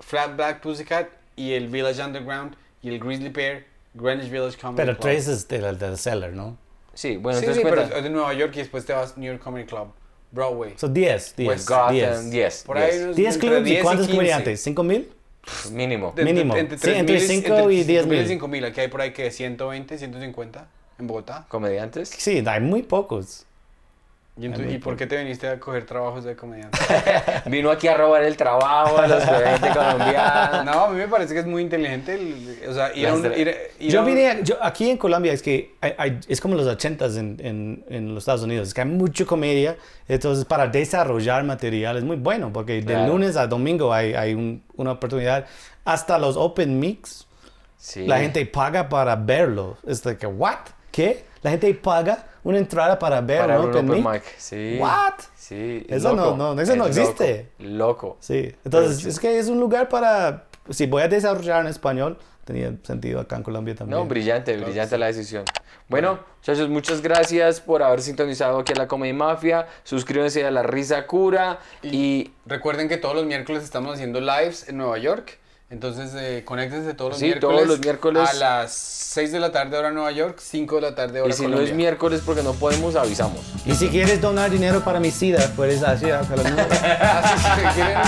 Flat Black Pussycat y el Village Underground y el Grizzly Bear, Greenwich Village Comedy Pero Club. tres es de la- del seller, ¿no? Sí, bueno, Sí, sí, entonces pero cuenta. es de Nueva York y después te vas a New York Comedy Club, Broadway. Son diez, Pues diez, Gotham, diez. 10. eh, Por ahí unos Diez entre clubs, 10 ¿y cuántos 15. comediantes? ¿Cinco mil? Mínimo. De- de- Mínimo. Sí, tres entre mil cinco entre y diez cinco mil. mil. y cinco mil. Aquí hay por ahí que 120, 150 en Bogotá. ¿Comediantes? Sí, hay muy pocos. ¿Y, entonces- muy ¿y por qué te viniste a coger trabajos de comediante? Vino aquí a robar el trabajo a los comediantes colombianos. no, a mí me parece que es muy inteligente. el- o sea, ir a un... Las- ir a- ir a Yo un- vine, a- yo- aquí en Colombia es que hay- hay- es como los 80s en, en, en los Estados Unidos, es que hay mucha comedia, entonces para desarrollar material es muy bueno, porque de Claro. lunes a domingo hay, hay un- una oportunidad, hasta los open mix, Sí. la gente paga para verlo, es de que, ¿what? ¿Qué? La gente paga una entrada para ver para un un open, mic. mic. Sí. What? Sí. Eso no- no, eso es no loco, existe. Loco. Sí, entonces Pero- es que es un lugar para, si voy a desarrollar en español, tenía sentido acá en Colombia también. No, brillante, brillante la decisión. Bueno, muchachos, muchas gracias por haber sintonizado aquí a la Comedy Mafia. Suscríbanse a La Risa Cura y Recuerden que todos los miércoles estamos haciendo lives en Nueva York. Entonces, eh, conéctense todos los Sí, miércoles. todos los miércoles. A las 6 de la tarde hora Nueva York, 5 de la tarde hora Y si Colombia. no es miércoles porque no podemos, avisamos. Y si quieres donar dinero para mi sida, puedes hacer a Colombia. Ah, sí, sí, ¿Quieren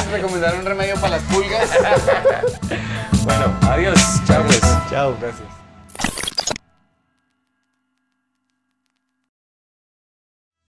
recomendar un remedio para las pulgas? Bueno, adiós. Chao pues. Chao. Gracias.